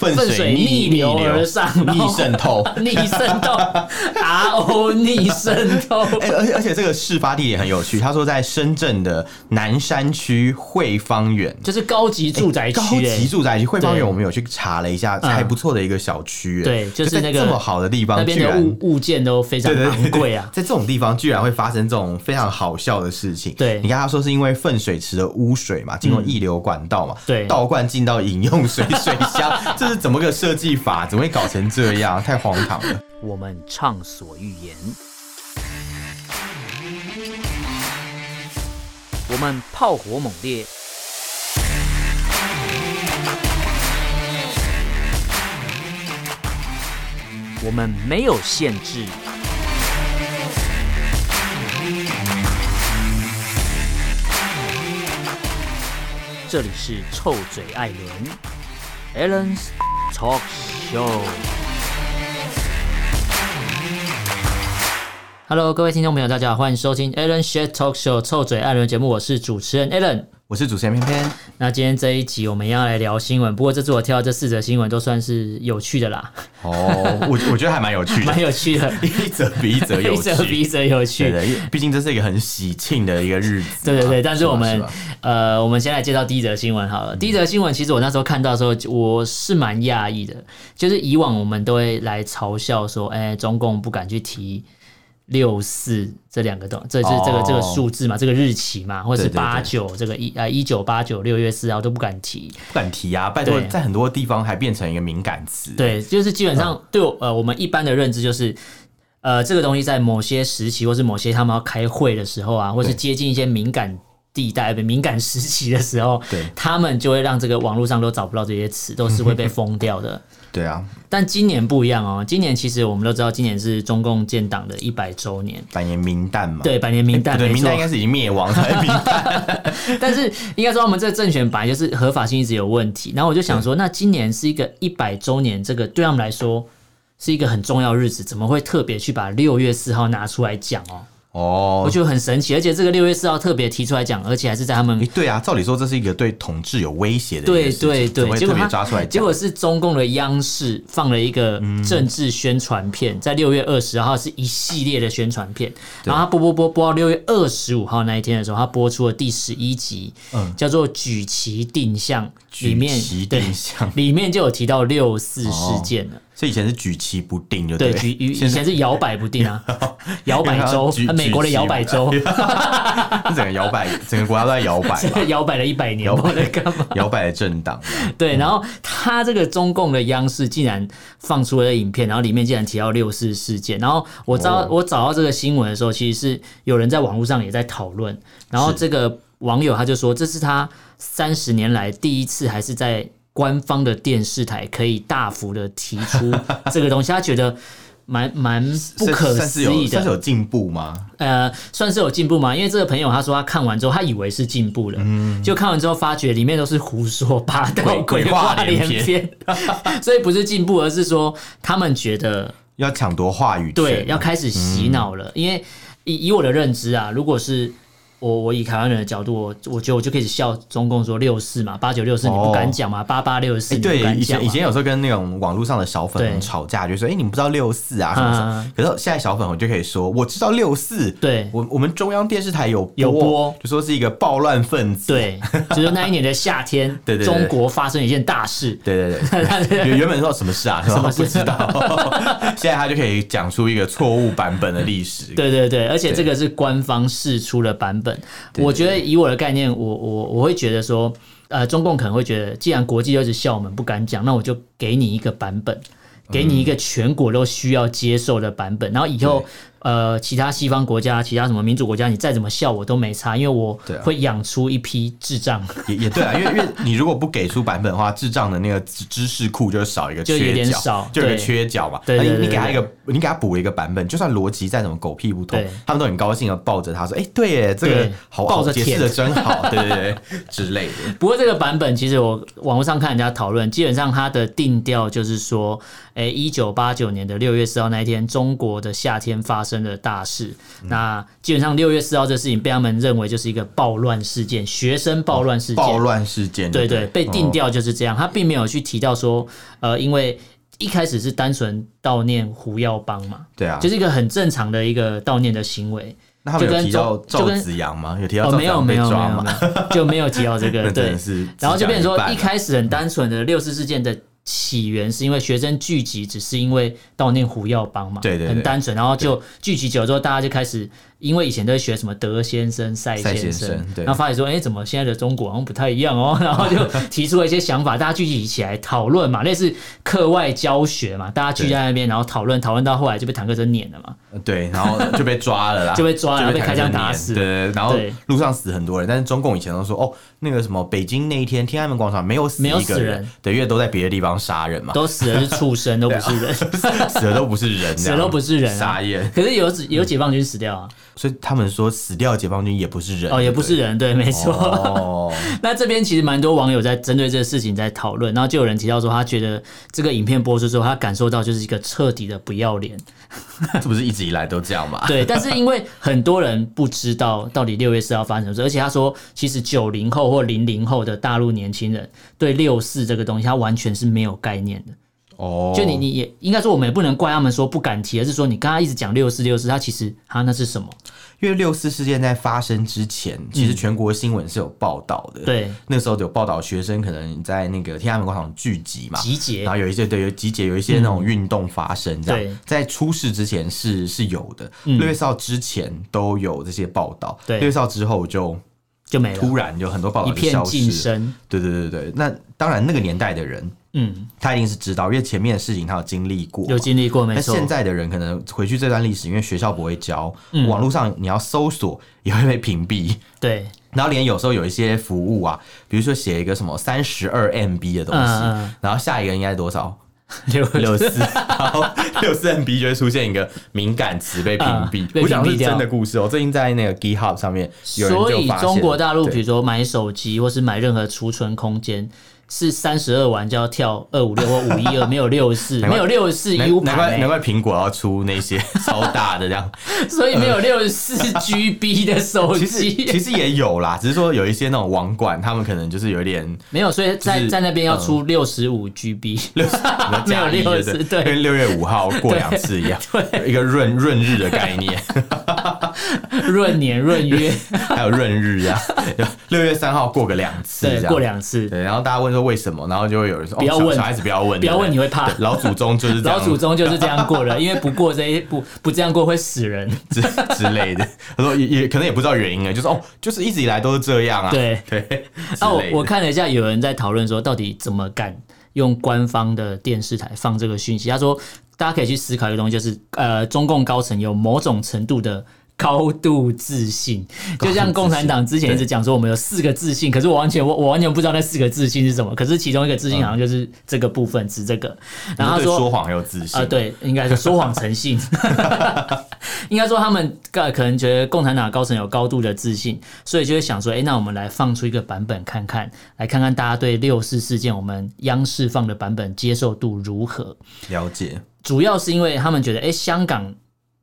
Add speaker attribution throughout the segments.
Speaker 1: 粪
Speaker 2: 粪
Speaker 1: 水
Speaker 2: 水逆流而上，然
Speaker 1: 逆
Speaker 2: 后
Speaker 1: 渗 透。
Speaker 2: 逆渗透，RO 哦逆渗透，
Speaker 1: 哎，而且而且这个事发地点很有趣，他说在深圳的南山区汇芳园。
Speaker 2: 就是高级住宅区、
Speaker 1: 哎高
Speaker 2: 欸，
Speaker 1: 级住宅区汇芳园，
Speaker 2: 对嗯
Speaker 1: 我们有去查了一下，还不错的一个小区、哎
Speaker 2: 对就是
Speaker 1: 在
Speaker 2: 那个
Speaker 1: 这么好的地
Speaker 2: 那
Speaker 1: 方，
Speaker 2: 边
Speaker 1: 居
Speaker 2: 的
Speaker 1: 然
Speaker 2: 物物件都非常
Speaker 1: 对对对
Speaker 2: 昂贵啊。
Speaker 1: 在这种地方居然会发生这种非常好笑的事情。
Speaker 2: 对嗯
Speaker 1: 你看他说是因为粪水池的污水嘛，经过溢流管道嘛，
Speaker 2: 对
Speaker 1: 倒灌进到饮用水水箱， 这是怎么个设计法？怎么会搞成这样？太荒唐了！
Speaker 2: 我们畅所欲言，我们炮火猛烈，我们没有限制。这里是臭嘴艾伦 a l l e n s Talk Show。Hello，各位听众朋友，大家好，欢迎收听 Alan Shet Talk Show 臭嘴艾伦节目，我是主持人 Alan。
Speaker 1: 我是主持人偏偏，
Speaker 2: 那今天这一集我们要来聊新闻，不过这次我挑的这四则新闻都算是有趣的啦，
Speaker 1: 哦，我我觉得还蛮有趣
Speaker 2: 蛮
Speaker 1: 的，
Speaker 2: 有趣的，
Speaker 1: 一则比一则有
Speaker 2: 一则比
Speaker 1: 趣。
Speaker 2: 一则有趣。
Speaker 1: 对的，因为毕竟这是一个很喜庆的一个日子嘛。
Speaker 2: 对对对，但是
Speaker 1: 吧
Speaker 2: 我们
Speaker 1: 吧
Speaker 2: 呃，我们先来介绍第一则新闻
Speaker 1: 嗯
Speaker 2: 好了。第一则新闻，其实我那时候看到的时候，我是蛮讶异的，就是以往我们都会来嘲笑说，哎、中共不敢去提。六四这两个东，这这这个
Speaker 1: 哦
Speaker 2: 这个数字嘛，这个日期嘛，或者是
Speaker 1: 对对对
Speaker 2: 八九这个一呃一九八九六月四号都不敢提，
Speaker 1: 不敢提啊，拜托，
Speaker 2: 对
Speaker 1: 在很多地方还变成一个敏感词。
Speaker 2: 对，就是基本
Speaker 1: 嗯
Speaker 2: 上对我呃，我们一般的认知就是，呃，这个东西在某些时期，或是某些他们要开会的时候啊，或是
Speaker 1: 对
Speaker 2: 接近一些敏感地带、呃敏感时期的时候，
Speaker 1: 对
Speaker 2: 他们就会让这个网络上都找不到这些词，都是会被封 掉的。
Speaker 1: 对啊，
Speaker 2: 但今年不一样哦，今年其实我们都知道，今年是中共建党的一百周年。
Speaker 1: 百年明旦嘛。哎
Speaker 2: 对，百年明旦，
Speaker 1: 对，
Speaker 2: 没
Speaker 1: 明
Speaker 2: 错
Speaker 1: 旦。应该是已经灭亡才明 旦。
Speaker 2: 但是应该说，我们这个政权本来就是合法性一直有问题。然后我就想说，那今年是一个一百周年，这个对他们来说是一个很重要的日子，怎么会特别去把六月四号拿出来讲哦？
Speaker 1: 哦
Speaker 2: 我，觉得很神奇，而且这个六月四号特别提出来讲，而且还是在他们
Speaker 1: 诶对啊，照理说这是一个对统治有威胁的一
Speaker 2: 对
Speaker 1: 个事情
Speaker 2: 对
Speaker 1: 怎么
Speaker 2: 对，
Speaker 1: 会
Speaker 2: 结
Speaker 1: 特
Speaker 2: 果
Speaker 1: 别
Speaker 2: 他
Speaker 1: 抓出来讲
Speaker 2: 结果是中共的央视放了一个政治宣传片，在六月二十号是一系列的宣传片，然后他播播播播到六月二十五号那一天的时候，他播出了第十一集，
Speaker 1: 嗯
Speaker 2: 叫做《举旗定向》，里面
Speaker 1: 举旗
Speaker 2: 对
Speaker 1: 定向，
Speaker 2: 里面就有提到六四事件了。
Speaker 1: 所以以前是举棋不定，就
Speaker 2: 对，
Speaker 1: 了
Speaker 2: 举以以
Speaker 1: 现在
Speaker 2: 前是摇摆不定啊，摇摆州
Speaker 1: 因为它举，
Speaker 2: 美国的摇摆 州，
Speaker 1: 是整个摇摆，整个国家都在摇摆吧，
Speaker 2: 摇摆了一百年，
Speaker 1: 摇
Speaker 2: 我
Speaker 1: 摆
Speaker 2: 在干嘛？
Speaker 1: 摇摆的政党吧。
Speaker 2: 对，然后他这个中共的央视竟然放出了影片，然后里面竟然提到六四事件，然后我知道、
Speaker 1: 哦
Speaker 2: 我找到这个新闻的时候，其实是有人在网络上也在讨论，然后这个网友他就说，这是他三十年来第一次还是在官方的电视台可以大幅的提出这个东西，他觉得。蛮蛮不可
Speaker 1: 算算
Speaker 2: 思
Speaker 1: 是有
Speaker 2: 议的
Speaker 1: 算是，有进步吗？
Speaker 2: 呃，算是有进步嘛？因为这个朋友他说他看完之后，他以为是进步了，就看完之后发觉里面都是胡说八
Speaker 1: 嗯
Speaker 2: 道、
Speaker 1: 鬼
Speaker 2: 鬼
Speaker 1: 鬼话
Speaker 2: 话连
Speaker 1: 连
Speaker 2: 篇， 所以不是进步，而是说他们觉得
Speaker 1: 要抢夺话语权，
Speaker 2: 对要开始洗脑
Speaker 1: 嗯
Speaker 2: 了。因为以以我的认知啊，如果是我我以台湾人的角度，我我觉得我就可以笑中共说六四嘛，八九六四你不敢讲嘛，八八六
Speaker 1: 哦
Speaker 2: 四
Speaker 1: 哎
Speaker 2: 你不
Speaker 1: 对，
Speaker 2: 敢
Speaker 1: 以
Speaker 2: 讲
Speaker 1: 前以
Speaker 2: 嘛。
Speaker 1: 前有时候跟那种网络上的小粉
Speaker 2: 对
Speaker 1: 红吵架，就说：“哎、你们不知道六四啊什么什么。
Speaker 2: 嗯
Speaker 1: 可是现在小粉红就可以说：“我知道六四，啊
Speaker 2: 对
Speaker 1: 我我们中央电视台有
Speaker 2: 有播
Speaker 1: 就说是一个暴乱分子。
Speaker 2: 对，就是那一年的夏天，
Speaker 1: 对对对
Speaker 2: 中国发生一件 大事，
Speaker 1: 对对 对，原原本说什么事啊？什
Speaker 2: 么 事
Speaker 1: 不知道， 现在他就可以讲出一个错误版本的历史。
Speaker 2: 对对对，而且这个是官方试出的版本。我觉得以我的概念，我我我会觉得说，呃，中共可能会觉得，既然国际都一直笑我们不敢讲，那我就给你一个版本。给你一个全国都需要接受的版本，然后以后
Speaker 1: 嗯对
Speaker 2: 呃，其他西方国家、其他什么民主国家，你再怎么笑我都没差，因为我
Speaker 1: 对啊
Speaker 2: 会养出一批智障，
Speaker 1: 也也对啊，因为因为你如果不给出版本的话，智障的那个知知识库就少一个
Speaker 2: 就有
Speaker 1: 缺
Speaker 2: 点
Speaker 1: 角
Speaker 2: 少，
Speaker 1: 就有一个
Speaker 2: 对
Speaker 1: 缺角嘛。
Speaker 2: 对对
Speaker 1: 那你
Speaker 2: 对
Speaker 1: 你给他
Speaker 2: 对
Speaker 1: 一个，你给他补一个版本，就算逻辑再怎么狗屁不通
Speaker 2: 对，
Speaker 1: 他们都很高兴的抱着他说：“哎，对耶，这个
Speaker 2: 对
Speaker 1: 好
Speaker 2: 抱
Speaker 1: 好
Speaker 2: 着
Speaker 1: 解
Speaker 2: 舔
Speaker 1: 释的真好，对对对之类的。
Speaker 2: 不过这个版本，其实我网络上看人家讨论，基本上它的定调就是说，诶，一九八九年的六月四号那一天，中国的夏天发”生生的大事。
Speaker 1: 嗯
Speaker 2: 那基本上六月四号这事情被他们认为就是一个暴乱事件，学生暴乱事件。
Speaker 1: 暴乱嗯事件，
Speaker 2: 对
Speaker 1: 对
Speaker 2: 对，被定掉就是这样，他并没有去提到说，呃，因为一开始是单纯悼念胡耀邦嘛，
Speaker 1: 对啊，
Speaker 2: 就是一个很正常的一个悼念的行为。
Speaker 1: 那他们
Speaker 2: 就
Speaker 1: 有
Speaker 2: 跟
Speaker 1: 提到
Speaker 2: 周就
Speaker 1: 赵
Speaker 2: 跟
Speaker 1: 子阳吗？有提
Speaker 2: 哦，
Speaker 1: 到赵
Speaker 2: 没
Speaker 1: 子
Speaker 2: 有
Speaker 1: 阳
Speaker 2: 没
Speaker 1: 被
Speaker 2: 有没
Speaker 1: 抓
Speaker 2: 有
Speaker 1: 吗
Speaker 2: 没？有，就没有提到这个
Speaker 1: 那 真
Speaker 2: 对
Speaker 1: 的。是只讲半啊，
Speaker 2: 然后就变成说，一开始很单纯的六四事件的起源是因为学生聚集，只是因为悼念胡耀邦嘛，
Speaker 1: 对对对
Speaker 2: 很单纯。然后就聚集久了之后，大家就开始，因为以前都会学什么德先生、赛
Speaker 1: 赛
Speaker 2: 先
Speaker 1: 先生对
Speaker 2: 然后发现说，哎，怎么现在的中国好像不太一样哦？ 然后就提出了一些想法，大家聚集起来讨论嘛，类似课外教学嘛，大家聚在那边，然后讨论，讨论到后来就被坦克车碾了嘛，
Speaker 1: 对，然后就被抓了啦，
Speaker 2: 就被抓了
Speaker 1: 就
Speaker 2: 被开枪打死
Speaker 1: 对对，对然后
Speaker 2: 对
Speaker 1: 路上死很多人，但是中共以前都说哦，那个什么北京那一天天安门广场没有死
Speaker 2: 没有
Speaker 1: 一个
Speaker 2: 死
Speaker 1: 人
Speaker 2: 人，
Speaker 1: 对，因为都在别的地方杀人嘛，
Speaker 2: 都死的是畜生，都不是人，
Speaker 1: 啊死的都不 是人，
Speaker 2: 死的都不是人啊
Speaker 1: 傻眼。
Speaker 2: 可是有有解放军死掉啊，
Speaker 1: 所以他们说死掉的解放军也不是人，
Speaker 2: 哦，也不是
Speaker 1: 对
Speaker 2: 人，对，没错。
Speaker 1: 哦，
Speaker 2: 那这边其实蛮多网友在针对这个事情在讨论，然后就有人提到说，他觉得这个影片播出之后，他感受到就是一个彻底的不要 脸。
Speaker 1: 这不是一直以来都这样吗？
Speaker 2: 对，但是因为很多人不知道到底六月四号发生什么事，而且他说，其实九零后或零零后的大陆年轻人对六四这个东西，他完全是没有概念的。
Speaker 1: 哦，
Speaker 2: 就你，你也应该说，我们也不能怪他们说不敢提，而是说你刚刚一直讲六四六四，他其实他那是什么？
Speaker 1: 因为六四事件在发生之前，其实全国新闻是有报道的。
Speaker 2: 嗯对，
Speaker 1: 那时候有报道学生可能在那个天安门广场聚集嘛，
Speaker 2: 集结
Speaker 1: 然后有一些对有集结，有一些那种运动发生这样。
Speaker 2: 嗯对嗯
Speaker 1: 在出事之前是是有的，六月四号之前都有这些报道，
Speaker 2: 对
Speaker 1: 六月四号之后就
Speaker 2: 就没了，
Speaker 1: 突然有很多报
Speaker 2: 一
Speaker 1: 道就
Speaker 2: 片
Speaker 1: 消
Speaker 2: 晋
Speaker 1: 失了。
Speaker 2: 升。
Speaker 1: 对对对对，那当然那个年代的人
Speaker 2: 嗯，
Speaker 1: 他一定是知道，因为前面的事情他有经历过嘛，
Speaker 2: 有经历过，没
Speaker 1: 那
Speaker 2: 错。
Speaker 1: 现在的人可能回去这段历史，因为学校不会教，
Speaker 2: 嗯
Speaker 1: 网络上你要搜索也会被屏蔽。
Speaker 2: 对，
Speaker 1: 然后连有时候有一些服务啊，比如说写一个什么三十二 MB 的东西，
Speaker 2: 嗯嗯
Speaker 1: 然后下一个应该多少？
Speaker 2: 六
Speaker 1: 六四，然后六四 MB 就会出现一个敏感词被屏蔽
Speaker 2: 嗯。被
Speaker 1: 我讲的
Speaker 2: 屏蔽
Speaker 1: 是
Speaker 2: 掉
Speaker 1: 真的故事哦，最近在那个 GitHub 上面有人
Speaker 2: 所
Speaker 1: 就
Speaker 2: 以
Speaker 1: 发现，
Speaker 2: 中国大陆，比
Speaker 1: 对
Speaker 2: 如说买手机或是买任何储存空间，是三十二完就要跳二五六或五一 二，没有六四，
Speaker 1: 难
Speaker 2: 没
Speaker 1: 怪
Speaker 2: 有六四
Speaker 1: 难
Speaker 2: U
Speaker 1: 难怪
Speaker 2: 盘、
Speaker 1: 难
Speaker 2: 欸，
Speaker 1: 怪苹果要出那些 超大的这 样，
Speaker 2: 所以没有六四 GB 的手
Speaker 1: 其实
Speaker 2: 机，
Speaker 1: 其实也有啦，只是说有一些那种网管，他们可能就是有一点
Speaker 2: 没有，所以在
Speaker 1: 就是嗯
Speaker 2: 在那边要出六十五 GB，
Speaker 1: 六十，你
Speaker 2: 没
Speaker 1: 说
Speaker 2: 有六
Speaker 1: 六
Speaker 2: 十
Speaker 1: 十，
Speaker 2: 对
Speaker 1: 跟六月五号过两次 一样，有一个闰闰日的概念，
Speaker 2: 闰年闰 月，
Speaker 1: 还有闰日啊，六月三号过个两次，
Speaker 2: 对
Speaker 1: 这，样
Speaker 2: 过两次，
Speaker 1: 对，然后大家问说为什么，然后就会有人说，
Speaker 2: 不要
Speaker 1: 哦小
Speaker 2: 问
Speaker 1: 小孩子不要问，
Speaker 2: 不要问
Speaker 1: 对
Speaker 2: 你会怕
Speaker 1: 对。老祖宗就是这样
Speaker 2: 老祖宗就是这样过的，因为不过这一不不这样过会死人。
Speaker 1: 之之类的，他说也也可能也不知道原因啊，就是哦，就是一直以来都是这样啊，
Speaker 2: 对
Speaker 1: 对，之
Speaker 2: 啊，我
Speaker 1: 类的
Speaker 2: 我看了一下，有人在讨论说，到底怎么敢用官方的电视台放这个讯息？他说，大家可以去思考一个东西，就是呃，中共高层有某种程度的。高度 自信，就像共产党之前一直讲说我们有四个自信，可是我完全我我完全不知道那四个自信是什么。可是其中一个自信好像就是这个部分，指这个。然后他
Speaker 1: 你
Speaker 2: 说
Speaker 1: 对说谎很有自信
Speaker 2: 啊、，对，应该是说谎成性。 应该说他们个可能觉得共产党高层有高度的自信，所以就会想说，哎、那我们来放出一个版本看看，来看看大家对六四事件我们央视放的版本接受度如何。
Speaker 1: 了解，
Speaker 2: 主要是因为他们觉得，哎、香港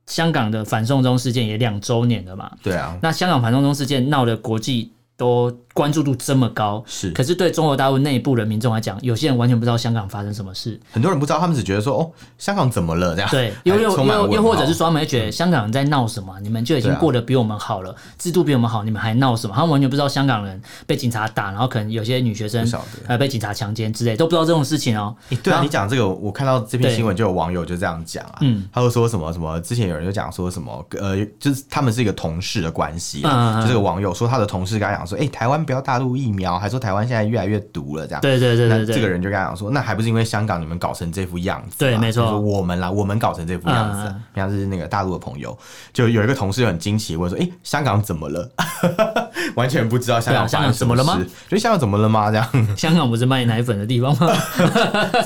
Speaker 2: 香港的反送中事件也两周年了嘛，
Speaker 1: 对啊，
Speaker 2: 那香港反送中事件闹得国际都关注度这么高，
Speaker 1: 是
Speaker 2: 可是对中国大陆内部的民众来讲，有些人完全不知道香港发生什么事。
Speaker 1: 很多人不知道，他们只觉得说哦，香港怎么了 这样，
Speaker 2: 对，又
Speaker 1: 还
Speaker 2: 又
Speaker 1: 充满
Speaker 2: 又
Speaker 1: 问
Speaker 2: 又
Speaker 1: 号嗯
Speaker 2: 或者是说，他们会觉得香港人在闹什么？你们就已经
Speaker 1: 对啊
Speaker 2: 过得比我们好了，制度比我们好，你们还闹什么？他们完全不知道香港人被警察打，然后可能有些女学生
Speaker 1: 不晓得
Speaker 2: 呃被警察强奸之类，都不知道这种事情哦。
Speaker 1: 欸对啊，
Speaker 2: 然后
Speaker 1: 你讲这个，我看到这篇
Speaker 2: 对
Speaker 1: 新闻就有网友就这样讲啊，
Speaker 2: 嗯
Speaker 1: 他就说什么什么，之前有人就讲说什么，呃，就是他们是一个同事的关系
Speaker 2: 嗯
Speaker 1: 啊，
Speaker 2: 嗯嗯
Speaker 1: 就这个网友说他的同事跟他讲说，哎、台湾不要大陆疫苗，还说台湾现在越来越毒了这样。
Speaker 2: 对对对对
Speaker 1: 那
Speaker 2: 对，
Speaker 1: 这个人就跟他讲说，那还不是因为香港你们搞成这副样子嘛？啊
Speaker 2: 对没错
Speaker 1: 就说我们啦，我们搞成这副样子
Speaker 2: 嗯嗯嗯
Speaker 1: 啊。像是那个大陆的朋友，就有一个同事很惊奇问说：“哎，香港怎么了？” 完全不知道香
Speaker 2: 对啊
Speaker 1: 港
Speaker 2: 香
Speaker 1: 发
Speaker 2: 港
Speaker 1: 生
Speaker 2: 怎么了吗
Speaker 1: 事？就香港怎么了吗？这样
Speaker 2: 香港不是卖奶粉的地方吗？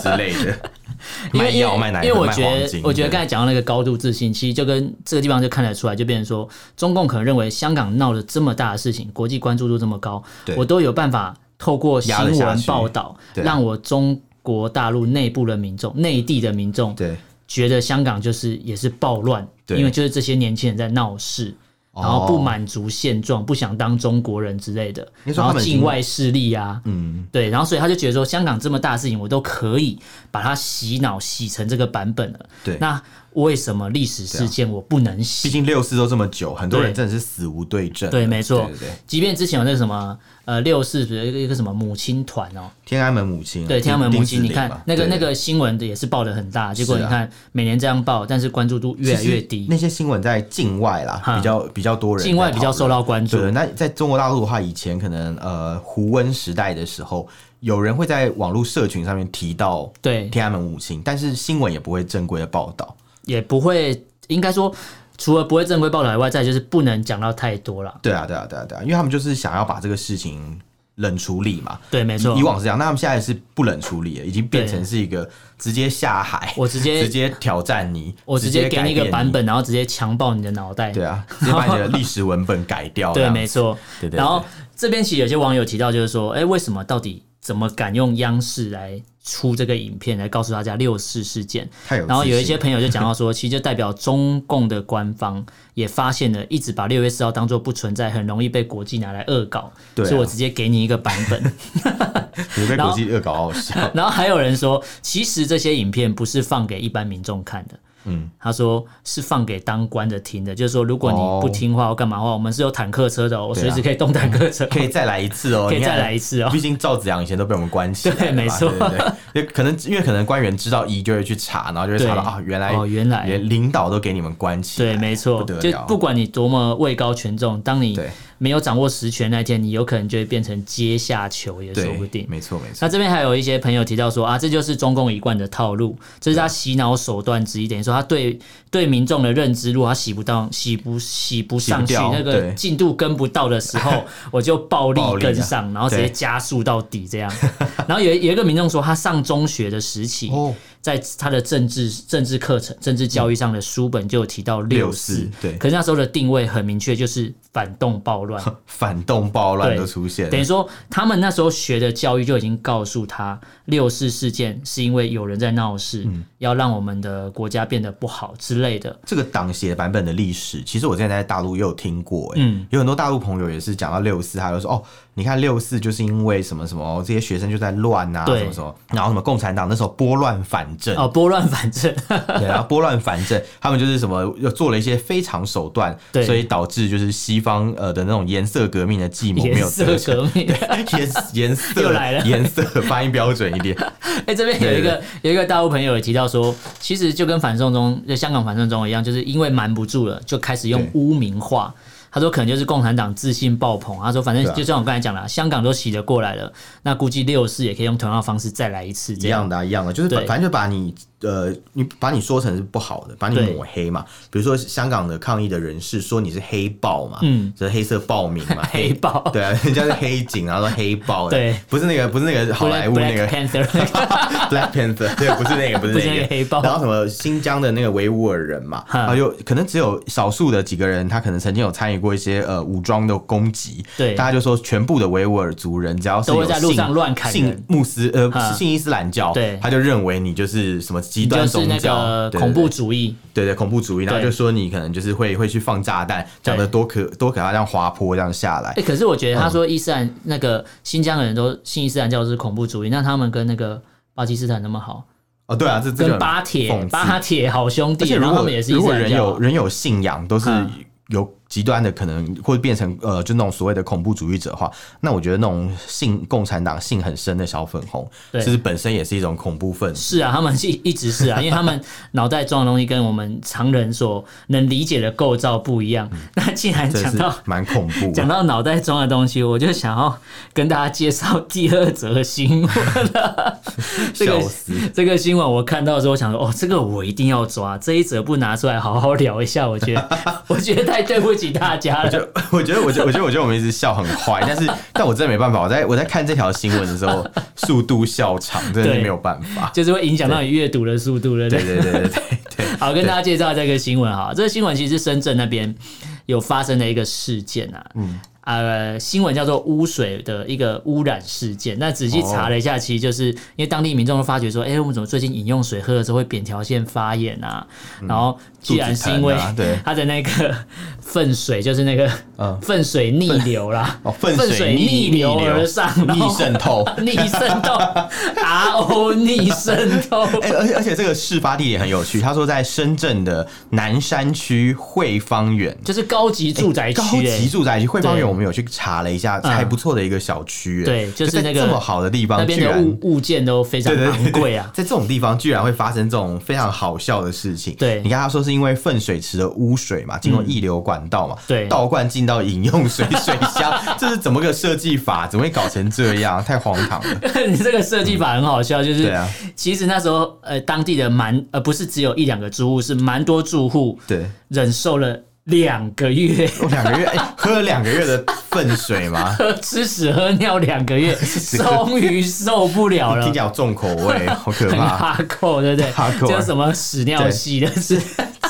Speaker 1: 之类的，
Speaker 2: 因
Speaker 1: 卖
Speaker 2: 为
Speaker 1: 药、卖奶粉、
Speaker 2: 因为我
Speaker 1: 卖
Speaker 2: 觉
Speaker 1: 黄
Speaker 2: 得
Speaker 1: 金，
Speaker 2: 我觉得
Speaker 1: 对
Speaker 2: 刚才讲到那个高度自信，其实就跟这个地方就看得出来，就变成说，中共可能认为香港闹了这么大的事情，国际关注度这么高
Speaker 1: 对，
Speaker 2: 我都有办法透过新
Speaker 1: 压得下
Speaker 2: 闻
Speaker 1: 去
Speaker 2: 报道，
Speaker 1: 对啊
Speaker 2: 让我中国大陆内部的民众、内地的民众
Speaker 1: 对，
Speaker 2: 觉得香港就是也是暴乱，
Speaker 1: 对
Speaker 2: 因为就是这些年轻人在闹事，然后不
Speaker 1: 哦
Speaker 2: 满足现状，不想当中国人之类的，
Speaker 1: 你说他
Speaker 2: 然后
Speaker 1: 们已
Speaker 2: 境
Speaker 1: 经
Speaker 2: 外势力啊，
Speaker 1: 嗯，
Speaker 2: 对，然后所以他就觉得说，香港这么大的事情，我都可以把它洗脑洗成这个版本了。
Speaker 1: 对啊
Speaker 2: 那为什么历史事件我不能洗？
Speaker 1: 毕竟六四都这么久，很多人
Speaker 2: 对
Speaker 1: 真的是死无对证。
Speaker 2: 对没错
Speaker 1: 对对对
Speaker 2: 即便之前有那个什么呃六四，比如一个一个什么母亲团哦，
Speaker 1: 天安门母亲啊，
Speaker 2: 对，天安门母
Speaker 1: 丁
Speaker 2: 亲，
Speaker 1: 子
Speaker 2: 你
Speaker 1: 霖
Speaker 2: 看
Speaker 1: 嘛
Speaker 2: 那个
Speaker 1: 对
Speaker 2: 那个新闻的也是报的很大，结果
Speaker 1: 是
Speaker 2: 你
Speaker 1: 啊
Speaker 2: 看每年这样报，但是关注度越来越
Speaker 1: 其实
Speaker 2: 低，
Speaker 1: 那些新闻在境外啦，
Speaker 2: 哈
Speaker 1: 比较比较多人在讨
Speaker 2: 境
Speaker 1: 论，
Speaker 2: 外比较受到关注
Speaker 1: 对，。那在中国大陆的话，以前可能呃胡温时代的时候，有人会在网络社群上面提到
Speaker 2: 对，
Speaker 1: 天安门母亲，但是新闻也不会正规的报道。
Speaker 2: 也不会，应该说除了不会正规报道以外，再就是不能讲到太多了。
Speaker 1: 对啊，对啊，对啊，对啊，因为他们就是想要把这个事情冷处理嘛。
Speaker 2: 对，没错
Speaker 1: 以，往是这样，那他们现在是不冷处理了，已经变成是一个直接下海，
Speaker 2: 我直接
Speaker 1: 直接挑战你，
Speaker 2: 我直接给
Speaker 1: 改
Speaker 2: 你一个
Speaker 1: 变
Speaker 2: 版。本，然后直接强暴你的脑袋。
Speaker 1: 对啊，直接把你的历史文本改掉。这
Speaker 2: 对，
Speaker 1: 样
Speaker 2: 没错。
Speaker 1: 对对对
Speaker 2: 然后这边其实有些网友提到，就是说，哎、为什么到底怎么敢用央视来出这个影片来告诉大家六四事件？
Speaker 1: 太有
Speaker 2: 然后
Speaker 1: 自
Speaker 2: 有一
Speaker 1: 信
Speaker 2: 些朋友就讲到说，其实就代表中共的官方也发现了，一直把六月四号当做不存在，很容易被国际拿来恶搞，
Speaker 1: 对啊
Speaker 2: 所以我直接给你一个版 本。
Speaker 1: 你被
Speaker 2: 然
Speaker 1: 国
Speaker 2: 后
Speaker 1: 际恶搞好笑。
Speaker 2: 然后还有人说，其实这些影片不是放给一般民众看的。嗯，他说是放给当官的听的，就是说如果你
Speaker 1: 哦
Speaker 2: 不听话或干嘛的话，我们是有坦克车的、哦，我
Speaker 1: 对啊
Speaker 2: 随 时可以动坦克 车，
Speaker 1: 可以再来一次哦，
Speaker 2: 可以
Speaker 1: 你看
Speaker 2: 再来一次哦
Speaker 1: 毕竟赵子阳以前都被我们关起来了嘛，
Speaker 2: 对没错
Speaker 1: 对对对，就可能因为可能官员知道一就会去查，然后就会查到
Speaker 2: 对
Speaker 1: 啊，原来
Speaker 2: 哦原来
Speaker 1: 连领导都给你们关起来，
Speaker 2: 对，没错，
Speaker 1: 不得
Speaker 2: 就
Speaker 1: 了，
Speaker 2: 不管你多么位高权重，当你
Speaker 1: 对
Speaker 2: 没有掌握实权那一天，你有可能就会变成阶下囚，也说
Speaker 1: 对，
Speaker 2: 不定。
Speaker 1: 没错没错，
Speaker 2: 那这边还有一些朋友提到说啊，这就是中共一贯的套路，这是他洗脑手段之一，等于说他对对民众的认知，如果他洗不到、洗不洗不上去，
Speaker 1: 洗不掉
Speaker 2: 那个
Speaker 1: 对
Speaker 2: 进度跟不到的时候， 我就暴力
Speaker 1: 暴力啊
Speaker 2: 跟上，然后直接
Speaker 1: 对
Speaker 2: 加速到底这样。然后有有一个民众说，他上中学的时期，
Speaker 1: 哦
Speaker 2: 在他的政治政治课程、政治教育上的书本就有提到六四
Speaker 1: 64，对
Speaker 2: 可是那时候的定位很明确，就是反动暴 乱。
Speaker 1: 反动暴乱
Speaker 2: 对
Speaker 1: 都出现
Speaker 2: 等于
Speaker 1: 了，
Speaker 2: 说，他们那时候学的教育就已经告诉他，六四事件是因为有人在闹事，
Speaker 1: 嗯
Speaker 2: 要让我们的国家变得不好之类的。
Speaker 1: 这个党写版本的历史，其实我之前在大陆也有听过、欸，
Speaker 2: 嗯
Speaker 1: 有很多大陆朋友也是讲到六四，他就说哦，你看六四就是因为什么什么，这些学生就在乱啊，
Speaker 2: 对
Speaker 1: 什么什么，然后什么共产党那时候拨乱反正，
Speaker 2: 哦，拨乱反正，
Speaker 1: 对，然后拨乱反正，他们就是什么又做了一些非常手段，
Speaker 2: 对
Speaker 1: 所以导致就是西方呃的那种颜色革命的计谋没
Speaker 2: 颜
Speaker 1: 有
Speaker 2: 色
Speaker 1: 得逞。
Speaker 2: 革命。
Speaker 1: 颜颜色
Speaker 2: 又来了
Speaker 1: 颜色发音标准一 点，
Speaker 2: 哎、这边有一个有一个大陆朋友也提到说，其实就跟反送中、就香港反送中一样，就是因为瞒不住了，就开始用
Speaker 1: 对
Speaker 2: 污名化。他说可能就是共产党自信爆棚。他说反正
Speaker 1: 对啊
Speaker 2: 就像我刚才讲了，香港都洗得过来了，那估计六四也可以用同样的方式再来一次
Speaker 1: 一
Speaker 2: 这
Speaker 1: 样
Speaker 2: 样。
Speaker 1: 的、啊，一样的，就是把
Speaker 2: 对
Speaker 1: 反正就把你呃，你把你说成是不好的，把你
Speaker 2: 对
Speaker 1: 抹黑嘛。比如说香港的抗议的人士说你是黑豹嘛，
Speaker 2: 嗯，
Speaker 1: 就是黑色暴民嘛，
Speaker 2: 黑豹
Speaker 1: 对啊，人家是黑警，然后说黑豹，
Speaker 2: 对，
Speaker 1: 不是那个不是那个啊好莱
Speaker 2: Black
Speaker 1: 坞那个
Speaker 2: Black Panther，
Speaker 1: Black Panther，对，不是那个，不是
Speaker 2: 不是那
Speaker 1: 那个
Speaker 2: 个黑豹
Speaker 1: 然后什么新疆的那个维吾尔人嘛，
Speaker 2: 哈
Speaker 1: 他就可能只有少数的几个人，他可能曾经有参与过一些呃武装的攻击。
Speaker 2: 对
Speaker 1: 大家就说全部的维吾尔族人只要是
Speaker 2: 都会
Speaker 1: 有
Speaker 2: 在路
Speaker 1: 信
Speaker 2: 上乱砍人
Speaker 1: 信穆斯
Speaker 2: 哈
Speaker 1: 呃信伊斯兰教，
Speaker 2: 对
Speaker 1: 他就认为你就是什么极
Speaker 2: 就
Speaker 1: 端
Speaker 2: 是
Speaker 1: 宗
Speaker 2: 那
Speaker 1: 教
Speaker 2: 个，恐怖
Speaker 1: 对对
Speaker 2: 主义。
Speaker 1: 对对恐怖主义，然后
Speaker 2: 对
Speaker 1: 就说你可能就是会会去放炸弹，讲的多可多可怕，像滑坡这样下来
Speaker 2: 哎、。可是我觉
Speaker 1: 嗯
Speaker 2: 得他说伊斯兰、那个新疆的人都信伊斯兰教是恐怖主义，那他们跟那个巴基斯坦那么好，
Speaker 1: 哦，对啊，这这就
Speaker 2: 跟
Speaker 1: 很
Speaker 2: 巴铁
Speaker 1: 讽刺
Speaker 2: 巴铁好兄
Speaker 1: 而
Speaker 2: 弟，
Speaker 1: 且
Speaker 2: 然
Speaker 1: 如
Speaker 2: 后他
Speaker 1: 果
Speaker 2: 们也是伊
Speaker 1: 如
Speaker 2: 斯
Speaker 1: 果
Speaker 2: 兰
Speaker 1: 人
Speaker 2: 教
Speaker 1: 有
Speaker 2: 啊。
Speaker 1: 人有信仰，都是
Speaker 2: 嗯
Speaker 1: 有极端的可能，或者变成呃，就那种所谓的恐怖主义者的话，那我觉得那种信共产党信很深的小粉红，
Speaker 2: 对
Speaker 1: 其实本身也是一种恐怖分子。
Speaker 2: 是啊，他们是一直是啊，因为 他们脑袋装的东西跟我们常人所能理解的构造不一样。那既然
Speaker 1: 真的嗯
Speaker 2: 讲
Speaker 1: 是
Speaker 2: 到
Speaker 1: 蛮恐怖
Speaker 2: 讲
Speaker 1: 的，
Speaker 2: 到脑袋装的东西，我就想要跟大家介绍 第二则新闻了。这
Speaker 1: 笑
Speaker 2: 个
Speaker 1: 死！
Speaker 2: 这个新闻我看到的时候，我想说，哦，这个我一定要抓，这一则不拿出来好好聊一下，我 觉得我觉得太对不起大家了。
Speaker 1: 就我觉得，我觉得，我觉得，我觉得我们一直笑很坏，但是，但我真的没办法。我在我在看这条新闻的时候，速度笑场，真的
Speaker 2: 对
Speaker 1: 是没有办法。
Speaker 2: 就是会影响到你阅读的速度，对不
Speaker 1: 对
Speaker 2: 对？
Speaker 1: 对对对对对，
Speaker 2: 好，跟大家介绍这个新闻哈，这个新闻其实是深圳那边有发生的一个事件啊。嗯，呃新闻叫做污水的一个污染事件。那仔细查了一下，其实就是因为当地民众都发觉说，哎、我们怎么最近饮用水喝了之后会扁桃腺发炎啊？
Speaker 1: 嗯
Speaker 2: 然后居然是因为
Speaker 1: 肚子疼啊对
Speaker 2: 它的那个粪水，就是那个
Speaker 1: 嗯
Speaker 2: 粪水逆流啦。
Speaker 1: 哦，粪
Speaker 2: 粪
Speaker 1: 水
Speaker 2: 水逆流而上，然
Speaker 1: 逆
Speaker 2: 后
Speaker 1: 渗透。
Speaker 2: 逆渗透，R O 逆渗透，
Speaker 1: 哎、而且而且这个事发地点很有趣，他说在深圳的南山区汇芳园。
Speaker 2: 就是高级住宅区、
Speaker 1: 高
Speaker 2: 欸，
Speaker 1: 级住宅区汇芳
Speaker 2: 对
Speaker 1: 园，我们有去查了一下，
Speaker 2: 嗯
Speaker 1: 还不错的一个小区、哎
Speaker 2: 对就是
Speaker 1: 在
Speaker 2: 那个
Speaker 1: 这么好的地
Speaker 2: 那
Speaker 1: 方，
Speaker 2: 边
Speaker 1: 居
Speaker 2: 的
Speaker 1: 然
Speaker 2: 物物件都非常
Speaker 1: 对对对
Speaker 2: 昂贵啊。
Speaker 1: 在这种地方居然会发生这种非常好笑的事情。
Speaker 2: 对
Speaker 1: 你看他说是因为粪水池的污水嘛，经过溢流管道嘛，
Speaker 2: 嗯对
Speaker 1: 倒灌进到饮用水水箱， 这是怎么个设计法？怎么会搞成这样？太荒唐了。
Speaker 2: 你这个设计法很好笑，就
Speaker 1: 对
Speaker 2: 是
Speaker 1: 啊，
Speaker 2: 其实那时候呃，当地的蛮呃不是只有一两个住户，是蛮多住户
Speaker 1: 对，
Speaker 2: 忍受了两个月。
Speaker 1: 我两个月、哎，喝了两个月的粪水 嘛，
Speaker 2: 喝吃屎喝尿两个月，终于受不了了
Speaker 1: 听，讲重口味，好可
Speaker 2: 很
Speaker 1: 怕
Speaker 2: 哈扣，对不对
Speaker 1: 哈？扣
Speaker 2: 这有什么屎尿系的是？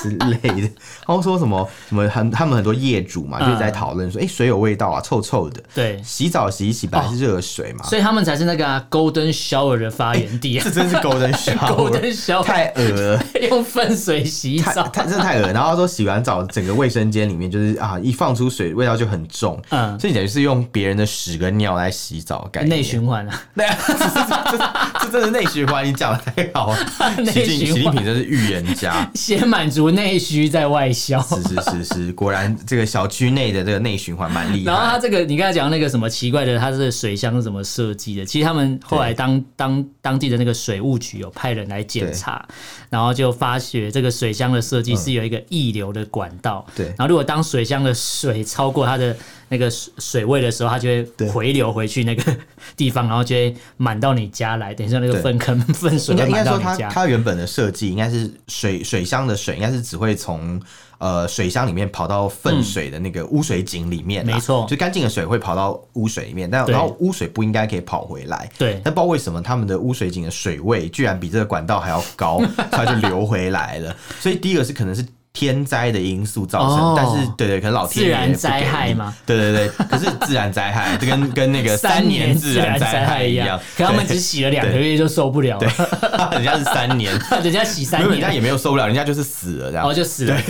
Speaker 1: 之类的。 然后说什么什么很，他们很多业主嘛，
Speaker 2: 嗯
Speaker 1: 就是在讨论说，哎、水有味道啊，臭臭的。
Speaker 2: 对，
Speaker 1: 洗澡洗一洗本来是热水嘛，
Speaker 2: 哦所以他们才是那个、啊、golden shower 的发源 地啊
Speaker 1: 这真是 golden shower，
Speaker 2: ，golden shower
Speaker 1: 太恶了。
Speaker 2: 用粪水洗
Speaker 1: 太
Speaker 2: 澡，
Speaker 1: 太真的太恶心。然后他说洗完澡，整个卫生间里面就是啊，一放出水味道就很重，
Speaker 2: 嗯，
Speaker 1: 所以等于是用别人的屎跟尿来洗澡的概念。
Speaker 2: 内循环啊，
Speaker 1: 那 这这这真的内循环，你讲的太好了。
Speaker 2: 内
Speaker 1: 习近习
Speaker 2: 循
Speaker 1: 近
Speaker 2: 环
Speaker 1: 平真是预言家。
Speaker 2: 先满足内需，再外销。
Speaker 1: 是是是是，果然这个小区内的这个内循环蛮厉
Speaker 2: 然后
Speaker 1: 害。
Speaker 2: 它这个，你刚才讲那个什么奇怪的，它这个水箱是怎么设计的？其实他们后来当当当地的那个水务局有派人来检查，然后就发觉这个水箱的设计是有一个溢流的管道。
Speaker 1: 嗯对
Speaker 2: 然后如果当水箱的水超过它的那个水水位的时候，它就会
Speaker 1: 对
Speaker 2: 回流回去那个地方，然后就会满到你家来。等于说那个
Speaker 1: 对
Speaker 2: 粪坑粪水
Speaker 1: 应该
Speaker 2: 会
Speaker 1: 应该
Speaker 2: 满到
Speaker 1: 说
Speaker 2: 你
Speaker 1: 它
Speaker 2: 家。
Speaker 1: 它原本的设计应该是水水箱的水应该是只会从呃水箱里面跑到粪水的那个污水井里面啦，
Speaker 2: 嗯没错
Speaker 1: 就干净的水会跑到污水里面，但
Speaker 2: 对
Speaker 1: 然后污水不应该可以跑回来，
Speaker 2: 对
Speaker 1: 但不知道为什么他们的污水井的水位居然比这个管道还要 高，它就流回来了。所以第一个是可能是。天灾的因素造成，
Speaker 2: 哦
Speaker 1: 但是对对，可能老天
Speaker 2: 自
Speaker 1: 爷
Speaker 2: 然
Speaker 1: 不
Speaker 2: 灾
Speaker 1: 给
Speaker 2: 害
Speaker 1: 力
Speaker 2: 嘛，
Speaker 1: 对对对，可是自然灾害，这跟跟那 个三年自然灾害一样，
Speaker 2: 可他们
Speaker 1: 对
Speaker 2: 只洗了两个月就受不了了，
Speaker 1: 人家是三年，
Speaker 2: 人家洗
Speaker 1: 没
Speaker 2: 三
Speaker 1: 有人家
Speaker 2: 年，
Speaker 1: 也没有受不了，人家就是死了这
Speaker 2: 然
Speaker 1: 样
Speaker 2: 哦后。就死了。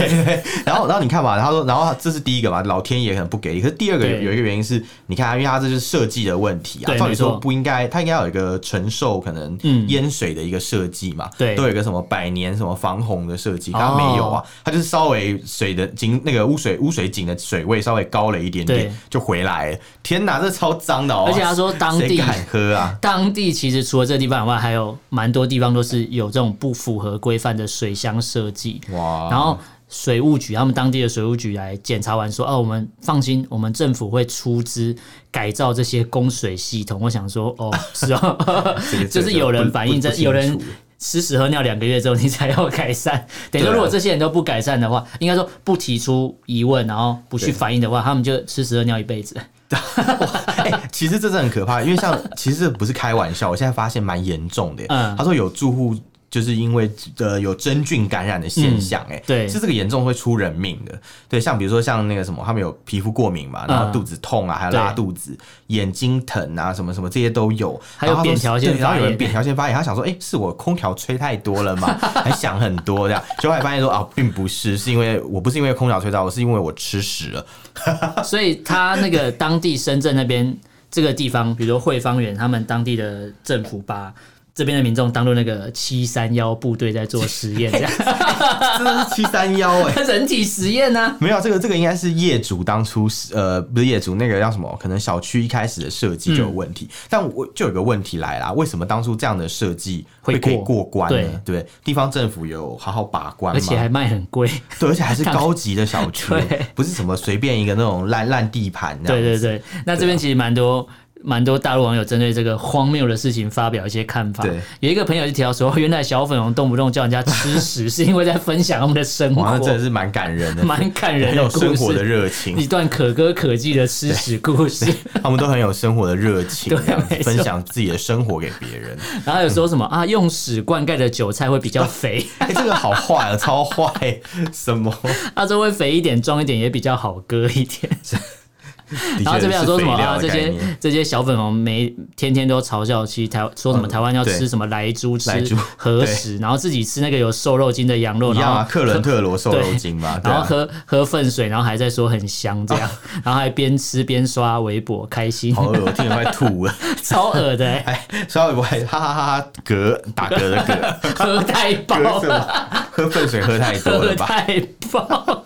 Speaker 1: 然后，然后你看嘛，他说，然后这是第一个嘛，老天爷可能不给力。可是第二个有
Speaker 2: 对
Speaker 1: 有一个原因是，你看啊，因为他这就是设计的问题啊。
Speaker 2: 对
Speaker 1: 照理
Speaker 2: 没
Speaker 1: 说
Speaker 2: 错嗯
Speaker 1: 不应该，他应该有一个承受可能淹水的一个设计嘛，
Speaker 2: 对
Speaker 1: 都有一个什么百年什么防洪的设计，
Speaker 2: 哦
Speaker 1: 他没有啊，他就是稍微水的井那个污水污水井的水位稍微高了一点点
Speaker 2: 对
Speaker 1: 就回来了。天哪，这超脏的哦！
Speaker 2: 而且他说当
Speaker 1: 谁
Speaker 2: 地
Speaker 1: 敢喝啊？
Speaker 2: 当地其实除了这地方以外，还有蛮多地方都是有这种不符合规范的水箱设计。
Speaker 1: 哇！
Speaker 2: 然后水务局，他们当地的水务局来检查完说：“哦，我们放心，我们政府会出资改造这些供水系统。”我想说：“哦，是哦，
Speaker 1: 这个
Speaker 2: 就是有人反映
Speaker 1: 这
Speaker 2: 这
Speaker 1: 个不
Speaker 2: 有人
Speaker 1: 不清楚
Speaker 2: 吃屎喝尿两个月之后，你才要改善。等于说，
Speaker 1: 对啊
Speaker 2: 如果这些人都不改善的话，应该说不提出疑问，然后不去
Speaker 1: 对
Speaker 2: 反映的话，他们就吃屎喝尿一辈子。
Speaker 1: 欸其实这真的很可怕，因为 像其实这不是开玩笑，我现在发现蛮严重的耶。
Speaker 2: 嗯
Speaker 1: 他说有住户就是因为呃有真菌感染的现象、哎、
Speaker 2: 嗯对
Speaker 1: 是这个严重会出人命的。对，像比如说像那个什么，他们有皮肤过敏嘛，然后
Speaker 2: 嗯
Speaker 1: 肚子痛啊，还有拉
Speaker 2: 对
Speaker 1: 肚子、眼睛疼啊，什么什么这些都有。
Speaker 2: 还有
Speaker 1: 然后他们
Speaker 2: 扁桃腺
Speaker 1: 对然后有
Speaker 2: 发
Speaker 1: 人
Speaker 2: 炎
Speaker 1: 扁桃腺发炎，他想说，哎、是我空调吹太多了 吗？还想很多这样，结果后来发现说啊，并不是，是因为我不是因为空调吹到，我是因为我吃屎 了。
Speaker 2: 所以他那个当地深圳那边这个地方，比如说汇芳园，他们当地的政府把这边的民众当做那个七三幺部队在做实验， 这样
Speaker 1: 真的是七三幺哎。
Speaker 2: 人体实验呢、 啊？
Speaker 1: 没有，这个这个应该是业主当初是呃，不是业主那个叫什么？可能小区一开始的设计就有问
Speaker 2: 嗯
Speaker 1: 题。但我就有个问题来啦，为什么当初这样的设计
Speaker 2: 会
Speaker 1: 会可以
Speaker 2: 过
Speaker 1: 过关呢？对不对，地方政府有好好把关
Speaker 2: 而
Speaker 1: 吗？
Speaker 2: 且还卖很 贵，
Speaker 1: 对，而且还 是高级的小区
Speaker 2: 对，
Speaker 1: 不是什么随便一个那种烂烂地盘那
Speaker 2: 对
Speaker 1: 样。
Speaker 2: 对对。那这边其实蛮多。蛮多大陆网友针对这个荒谬的事情发表一些看法
Speaker 1: 对。
Speaker 2: 有一个朋友就提到说，原来小粉红动不动叫人家吃屎，是因为在分享他们的生
Speaker 1: 哇，那
Speaker 2: 活，
Speaker 1: 真的是蛮感人的，
Speaker 2: 蛮感人
Speaker 1: 很
Speaker 2: 的
Speaker 1: 有
Speaker 2: 故
Speaker 1: 生活
Speaker 2: 事
Speaker 1: 的热情。
Speaker 2: 一段可歌可泣的吃屎故事。
Speaker 1: 他们都很有生活的热情，
Speaker 2: 对
Speaker 1: 这样子
Speaker 2: 没错
Speaker 1: 分享自己的生活给别人。
Speaker 2: 然后有说什么啊，用屎灌溉的韭菜会比较肥，
Speaker 1: 哎、这个好坏啊，超坏！什么？
Speaker 2: 啊他说会肥一点、壮一点也比较好割一点。然后这边有说什么啊？
Speaker 1: 的确
Speaker 2: 这
Speaker 1: 是肥料的概
Speaker 2: 些
Speaker 1: 念
Speaker 2: 这些小粉红每天天都嘲笑，其实台说什么
Speaker 1: 嗯
Speaker 2: 台湾要吃
Speaker 1: 对
Speaker 2: 什么莱猪
Speaker 1: 莱
Speaker 2: 吃
Speaker 1: 猪
Speaker 2: 和食，然后自己吃那个有瘦肉精的羊肉，
Speaker 1: 一
Speaker 2: 然
Speaker 1: 样啊，
Speaker 2: 后
Speaker 1: 克伦特罗瘦肉
Speaker 2: 对
Speaker 1: 精嘛，对
Speaker 2: 然后
Speaker 1: 啊，
Speaker 2: 喝喝粪水，然后还在说很香 这样，然后还边吃边刷微博，开心，
Speaker 1: 好恶，我听得快吐了。
Speaker 2: 超恶的欸，
Speaker 1: 哎，稍微不会，哈哈哈哈，嗝打嗝的嗝，
Speaker 2: 喝太饱
Speaker 1: 嗝什
Speaker 2: 了，
Speaker 1: 么？喝粪水喝太多
Speaker 2: 喝
Speaker 1: 了吧？
Speaker 2: 太饱。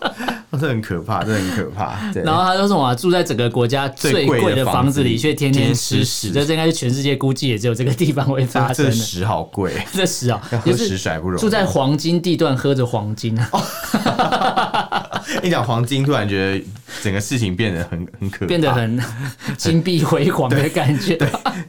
Speaker 1: 这很可怕，这很可怕。对，
Speaker 2: 然后他说什么啊、住在整个国家最
Speaker 1: 最贵的
Speaker 2: 贵的
Speaker 1: 房
Speaker 2: 房子
Speaker 1: 子
Speaker 2: 里，
Speaker 1: 里
Speaker 2: 却
Speaker 1: 天
Speaker 2: 天天
Speaker 1: 天
Speaker 2: 吃
Speaker 1: 吃
Speaker 2: 屎，
Speaker 1: 屎
Speaker 2: 这应该是全世界估计也只有这个地方会发
Speaker 1: 这
Speaker 2: 生
Speaker 1: 这
Speaker 2: 啊的。
Speaker 1: 屎好贵，
Speaker 2: 这屎啊
Speaker 1: 要，
Speaker 2: 就
Speaker 1: 喝屎
Speaker 2: 是
Speaker 1: 甩不容易。哦
Speaker 2: 住在黄金地段，喝着黄金啊，
Speaker 1: 一讲黄金，突然觉得整个事情变得很 很可怕，
Speaker 2: 变得很 金碧辉煌的感觉。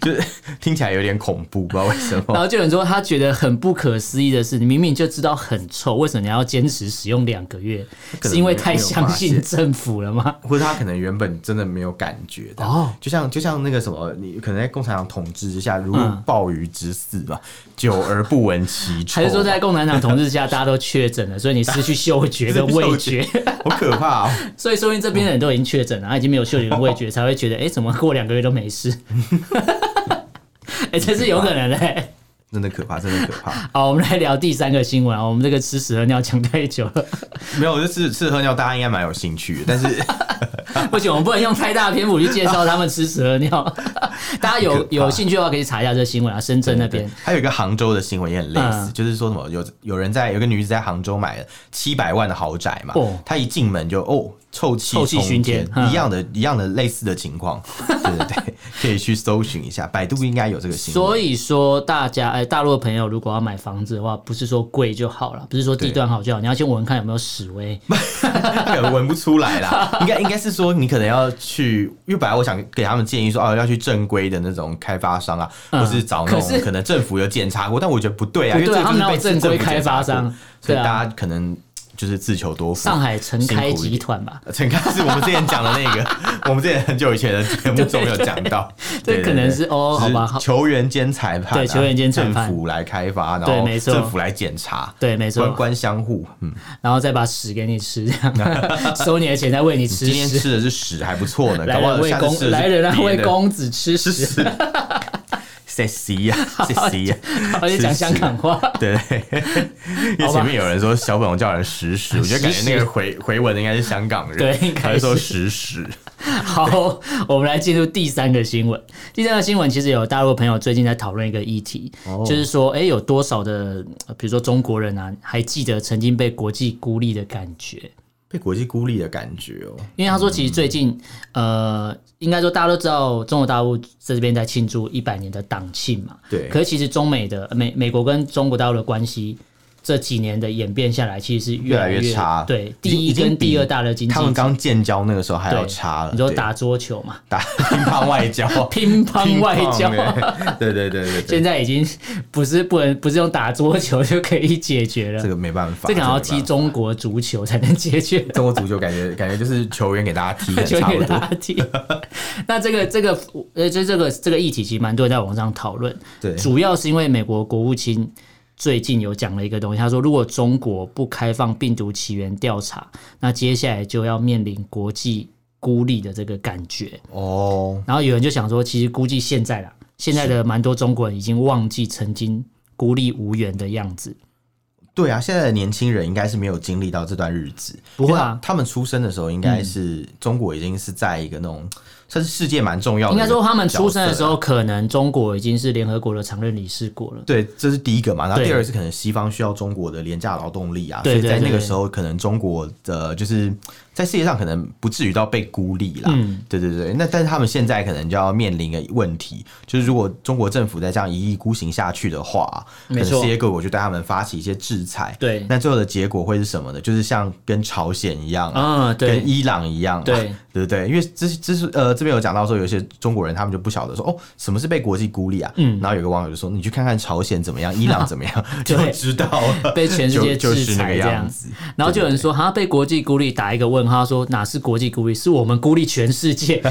Speaker 1: 就是听起来有点恐怖，不知道为什
Speaker 2: 然
Speaker 1: 么。
Speaker 2: 后就有人说他觉得很不可思议的是，你明明就知道很臭，为什么你要坚持使用两个月？
Speaker 1: 可能
Speaker 2: 是因为
Speaker 1: 没有
Speaker 2: 太
Speaker 1: 没有
Speaker 2: 相
Speaker 1: 发
Speaker 2: 信
Speaker 1: 现
Speaker 2: 政府了吗？
Speaker 1: 或者他可能原本真的没有感觉的，
Speaker 2: 哦
Speaker 1: 就像就像那个什么，你可能在共产党统治之下如
Speaker 2: 嗯
Speaker 1: 鲍鱼之肆吧，久而不闻其臭，
Speaker 2: 还是说在共产党统治下，大家都确诊了，所以你失去嗅 觉跟味觉？
Speaker 1: 好可怕、哦。
Speaker 2: 所以说明这边的人都已经确诊
Speaker 1: 嗯
Speaker 2: 了，他已经没有嗅觉跟味觉，才 会觉得哎、诶怎么过两个月都没事？ 哎、这是有可能的、
Speaker 1: 真的可怕，真的可怕。
Speaker 2: 好，我们来聊第三个新闻啊，我们这个吃屎和尿讲太久 了，
Speaker 1: 没有，我觉得吃吃喝尿大家应该蛮有兴趣的，但是
Speaker 2: 不行，我们不能用太大的篇幅去介绍他们吃屎和 尿。大家有有兴趣的话，可以查一下这个新闻啊，深圳那 边
Speaker 1: 对还有一个杭州的新闻也很类似，
Speaker 2: 嗯
Speaker 1: 就是说什么有有人在有个女子在杭州买了七百万的豪宅嘛，
Speaker 2: 哦
Speaker 1: 她一进门就哦臭气
Speaker 2: 臭气熏
Speaker 1: 冲
Speaker 2: 天
Speaker 1: 天，
Speaker 2: 嗯
Speaker 1: 一样的一样的类似的情况，对对对， 可以去搜寻一下，百度应该有这个新闻。
Speaker 2: 所以说，大家哎、大陆的朋友如果要买房子的话，不是说贵就好了，不是说地段好就好，你要先闻看有没有屎味。
Speaker 1: 可 能闻不出来啦，应该应该是说你可能要去，因为本来我想给他们建议说哦要去正规的那种开发商啊，
Speaker 2: 嗯
Speaker 1: 或是找那种
Speaker 2: 可是
Speaker 1: 能政府有检查过，但我觉得不对啊，因为
Speaker 2: 不
Speaker 1: 这
Speaker 2: 对啊
Speaker 1: 个就是
Speaker 2: 他们哪有
Speaker 1: 被
Speaker 2: 正规
Speaker 1: 政府检查
Speaker 2: 开发商
Speaker 1: 过所以
Speaker 2: 对啊
Speaker 1: 大家可能就是自求多福。
Speaker 2: 上海城开
Speaker 1: 辛苦一
Speaker 2: 集
Speaker 1: 点
Speaker 2: 团吧，
Speaker 1: 陈开是我们之前讲的 那个，我们之前很久以前的节目中有讲到，对
Speaker 2: 这可能是哦，好吧，
Speaker 1: 只是
Speaker 2: 好
Speaker 1: 球员兼裁判啊，
Speaker 2: 对球员兼裁
Speaker 1: 政
Speaker 2: 判
Speaker 1: 府来开发，然
Speaker 2: 对
Speaker 1: 后
Speaker 2: 没错
Speaker 1: 政府来检查，
Speaker 2: 对，没错
Speaker 1: 官，官相护。嗯，
Speaker 2: 然后再把屎给你吃， 这样收你的钱再喂你吃
Speaker 1: 今天
Speaker 2: 屎。
Speaker 1: 吃的是屎，还不错呢，
Speaker 2: 来
Speaker 1: 搞不
Speaker 2: 人
Speaker 1: 好
Speaker 2: 喂
Speaker 1: 下次吃
Speaker 2: 公，
Speaker 1: 的
Speaker 2: 来
Speaker 1: 是
Speaker 2: 人啊
Speaker 1: 别
Speaker 2: 喂
Speaker 1: 的
Speaker 2: 公子吃
Speaker 1: 是
Speaker 2: 屎，
Speaker 1: 屎。sexy 啊 呀，sexy 呀，
Speaker 2: 而且讲
Speaker 1: 吃屎
Speaker 2: 香港话。
Speaker 1: 对，因为
Speaker 2: 好吧
Speaker 1: 前面有人说小粉红叫人食屎，我觉得感觉那个回回文的应该是香港人，
Speaker 2: 对应该
Speaker 1: 还是说食
Speaker 2: 是
Speaker 1: 屎，
Speaker 2: 好，我们来进入第三个新闻。第三个新闻其实有大陆朋友最近在讨论一个议题，
Speaker 1: 哦
Speaker 2: 就是说，哎、有多少的，呃比如说中国人啊，还记得曾经被国际孤立的感觉？
Speaker 1: 被国际孤立的感觉哦。
Speaker 2: 因为他说，其实最近，
Speaker 1: 嗯
Speaker 2: 呃，应该说大家都知道，中国大陆这边在庆祝一百年的党庆嘛。
Speaker 1: 对
Speaker 2: 可是其实中美的美美国跟中国大陆的关系。这几年的演变下来，其实是越
Speaker 1: 越来越差
Speaker 2: 对，第
Speaker 1: 已经
Speaker 2: 一
Speaker 1: 已经
Speaker 2: 跟
Speaker 1: 比
Speaker 2: 第二大的经济
Speaker 1: 他们
Speaker 2: 体，
Speaker 1: 刚建交那个时候还要
Speaker 2: 对
Speaker 1: 差了，
Speaker 2: 你说
Speaker 1: 对
Speaker 2: 打桌球嘛，
Speaker 1: 打乒乓外交，
Speaker 2: 乒乓外 交，
Speaker 1: 欸对对对对
Speaker 2: 现
Speaker 1: 对，
Speaker 2: 在已经 不是不能不是用打桌球就可以解决了，
Speaker 1: 这个没办法，
Speaker 2: 这个要
Speaker 1: 没
Speaker 2: 踢
Speaker 1: 办法
Speaker 2: 中国足球才能解 决。
Speaker 1: 中国足球，感觉感觉就是球员给大家踢 的
Speaker 2: 就
Speaker 1: 差
Speaker 2: 给
Speaker 1: 不
Speaker 2: 大
Speaker 1: 多，
Speaker 2: 家踢。 那这个这个呃，就这个这个议题，其实蛮多人在网上讨论。
Speaker 1: 对
Speaker 2: 主要是因为美国国务卿最近有讲了一个东西，他说如果中国不开放病毒起源调查，那接下来就要面临国际孤立的这个感觉。
Speaker 1: 哦，
Speaker 2: 然后有人就想说，其实估计现在啦，现在的蛮多中国人已经忘记曾经孤立无援的样子。
Speaker 1: 对啊，现在的年轻人应该是没有经历到这段日子，
Speaker 2: 不会啊嗯
Speaker 1: 因为他们出生的时候应该是中国已经是在一个那种算是世界蛮重要的，
Speaker 2: 应该说，他们出生的时
Speaker 1: 候。
Speaker 2: 候，可能中国已经是联合国的常任理事国了。
Speaker 1: 对，这是第一个嘛。然后
Speaker 2: 对
Speaker 1: 第二个是可能西方需要中国的廉价劳动力啊，
Speaker 2: 对
Speaker 1: 所
Speaker 2: 对
Speaker 1: 以在那
Speaker 2: 对
Speaker 1: 个时候，可能中国的就是在世界上可能不至于到被孤立啦。
Speaker 2: 嗯
Speaker 1: 对对对。那但是他们现在可能就要面临一个问题，就是如果中国政府再这样一意孤行下去的话，可
Speaker 2: 没
Speaker 1: 能
Speaker 2: 错
Speaker 1: 世界各国就对他们发起一些制裁。
Speaker 2: 对
Speaker 1: 那最后的结果会是什么呢？就是像跟朝鲜一样啊
Speaker 2: 啊，对
Speaker 1: 跟，伊朗一样、啊，
Speaker 2: 对
Speaker 1: 对不对？因为这这是呃，这边有讲到说，有一些中国人他们就不晓得说哦，什么是被国际孤立啊？嗯，然后有个网友就说，你去看看朝鲜怎么 样，伊朗怎么样，就
Speaker 2: 对
Speaker 1: 知道了，
Speaker 2: 被全世界
Speaker 1: 就就是
Speaker 2: 制
Speaker 1: 那
Speaker 2: 裁
Speaker 1: 个
Speaker 2: 这
Speaker 1: 样
Speaker 2: 样
Speaker 1: 子。
Speaker 2: 然后就有人说，像被国际孤立打一个问号，他说哪是国际孤立，是我们孤立全世界，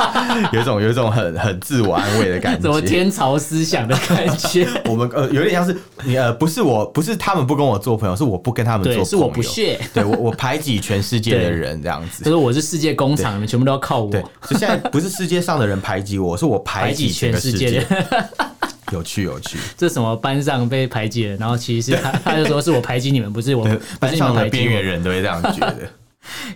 Speaker 1: 有一种有一种很很自我安慰的感
Speaker 2: 什么
Speaker 1: 觉。
Speaker 2: 天朝思想的感觉。
Speaker 1: 我们呃有点像是你呃不是我不是他们不跟我做朋友， 是我不跟他们做朋
Speaker 2: 对，
Speaker 1: 友，
Speaker 2: 是我不屑。
Speaker 1: 对我我排挤全世界的人这样
Speaker 2: 他
Speaker 1: 子。
Speaker 2: 说我是世界工厂，你们全部都要靠我
Speaker 1: 对。，所以现在不是世界上的人排挤我，是我排
Speaker 2: 排挤
Speaker 1: 挤整
Speaker 2: 全
Speaker 1: 个
Speaker 2: 世
Speaker 1: 世
Speaker 2: 界
Speaker 1: 界。
Speaker 2: 的，
Speaker 1: 有趣有趣，
Speaker 2: 这什么班上被排挤了，然后其实是他他就说是我排挤你们，不 是我，不
Speaker 1: 班
Speaker 2: 是你们
Speaker 1: 上的
Speaker 2: 排挤
Speaker 1: 边
Speaker 2: 我
Speaker 1: 缘。人都会这样觉得。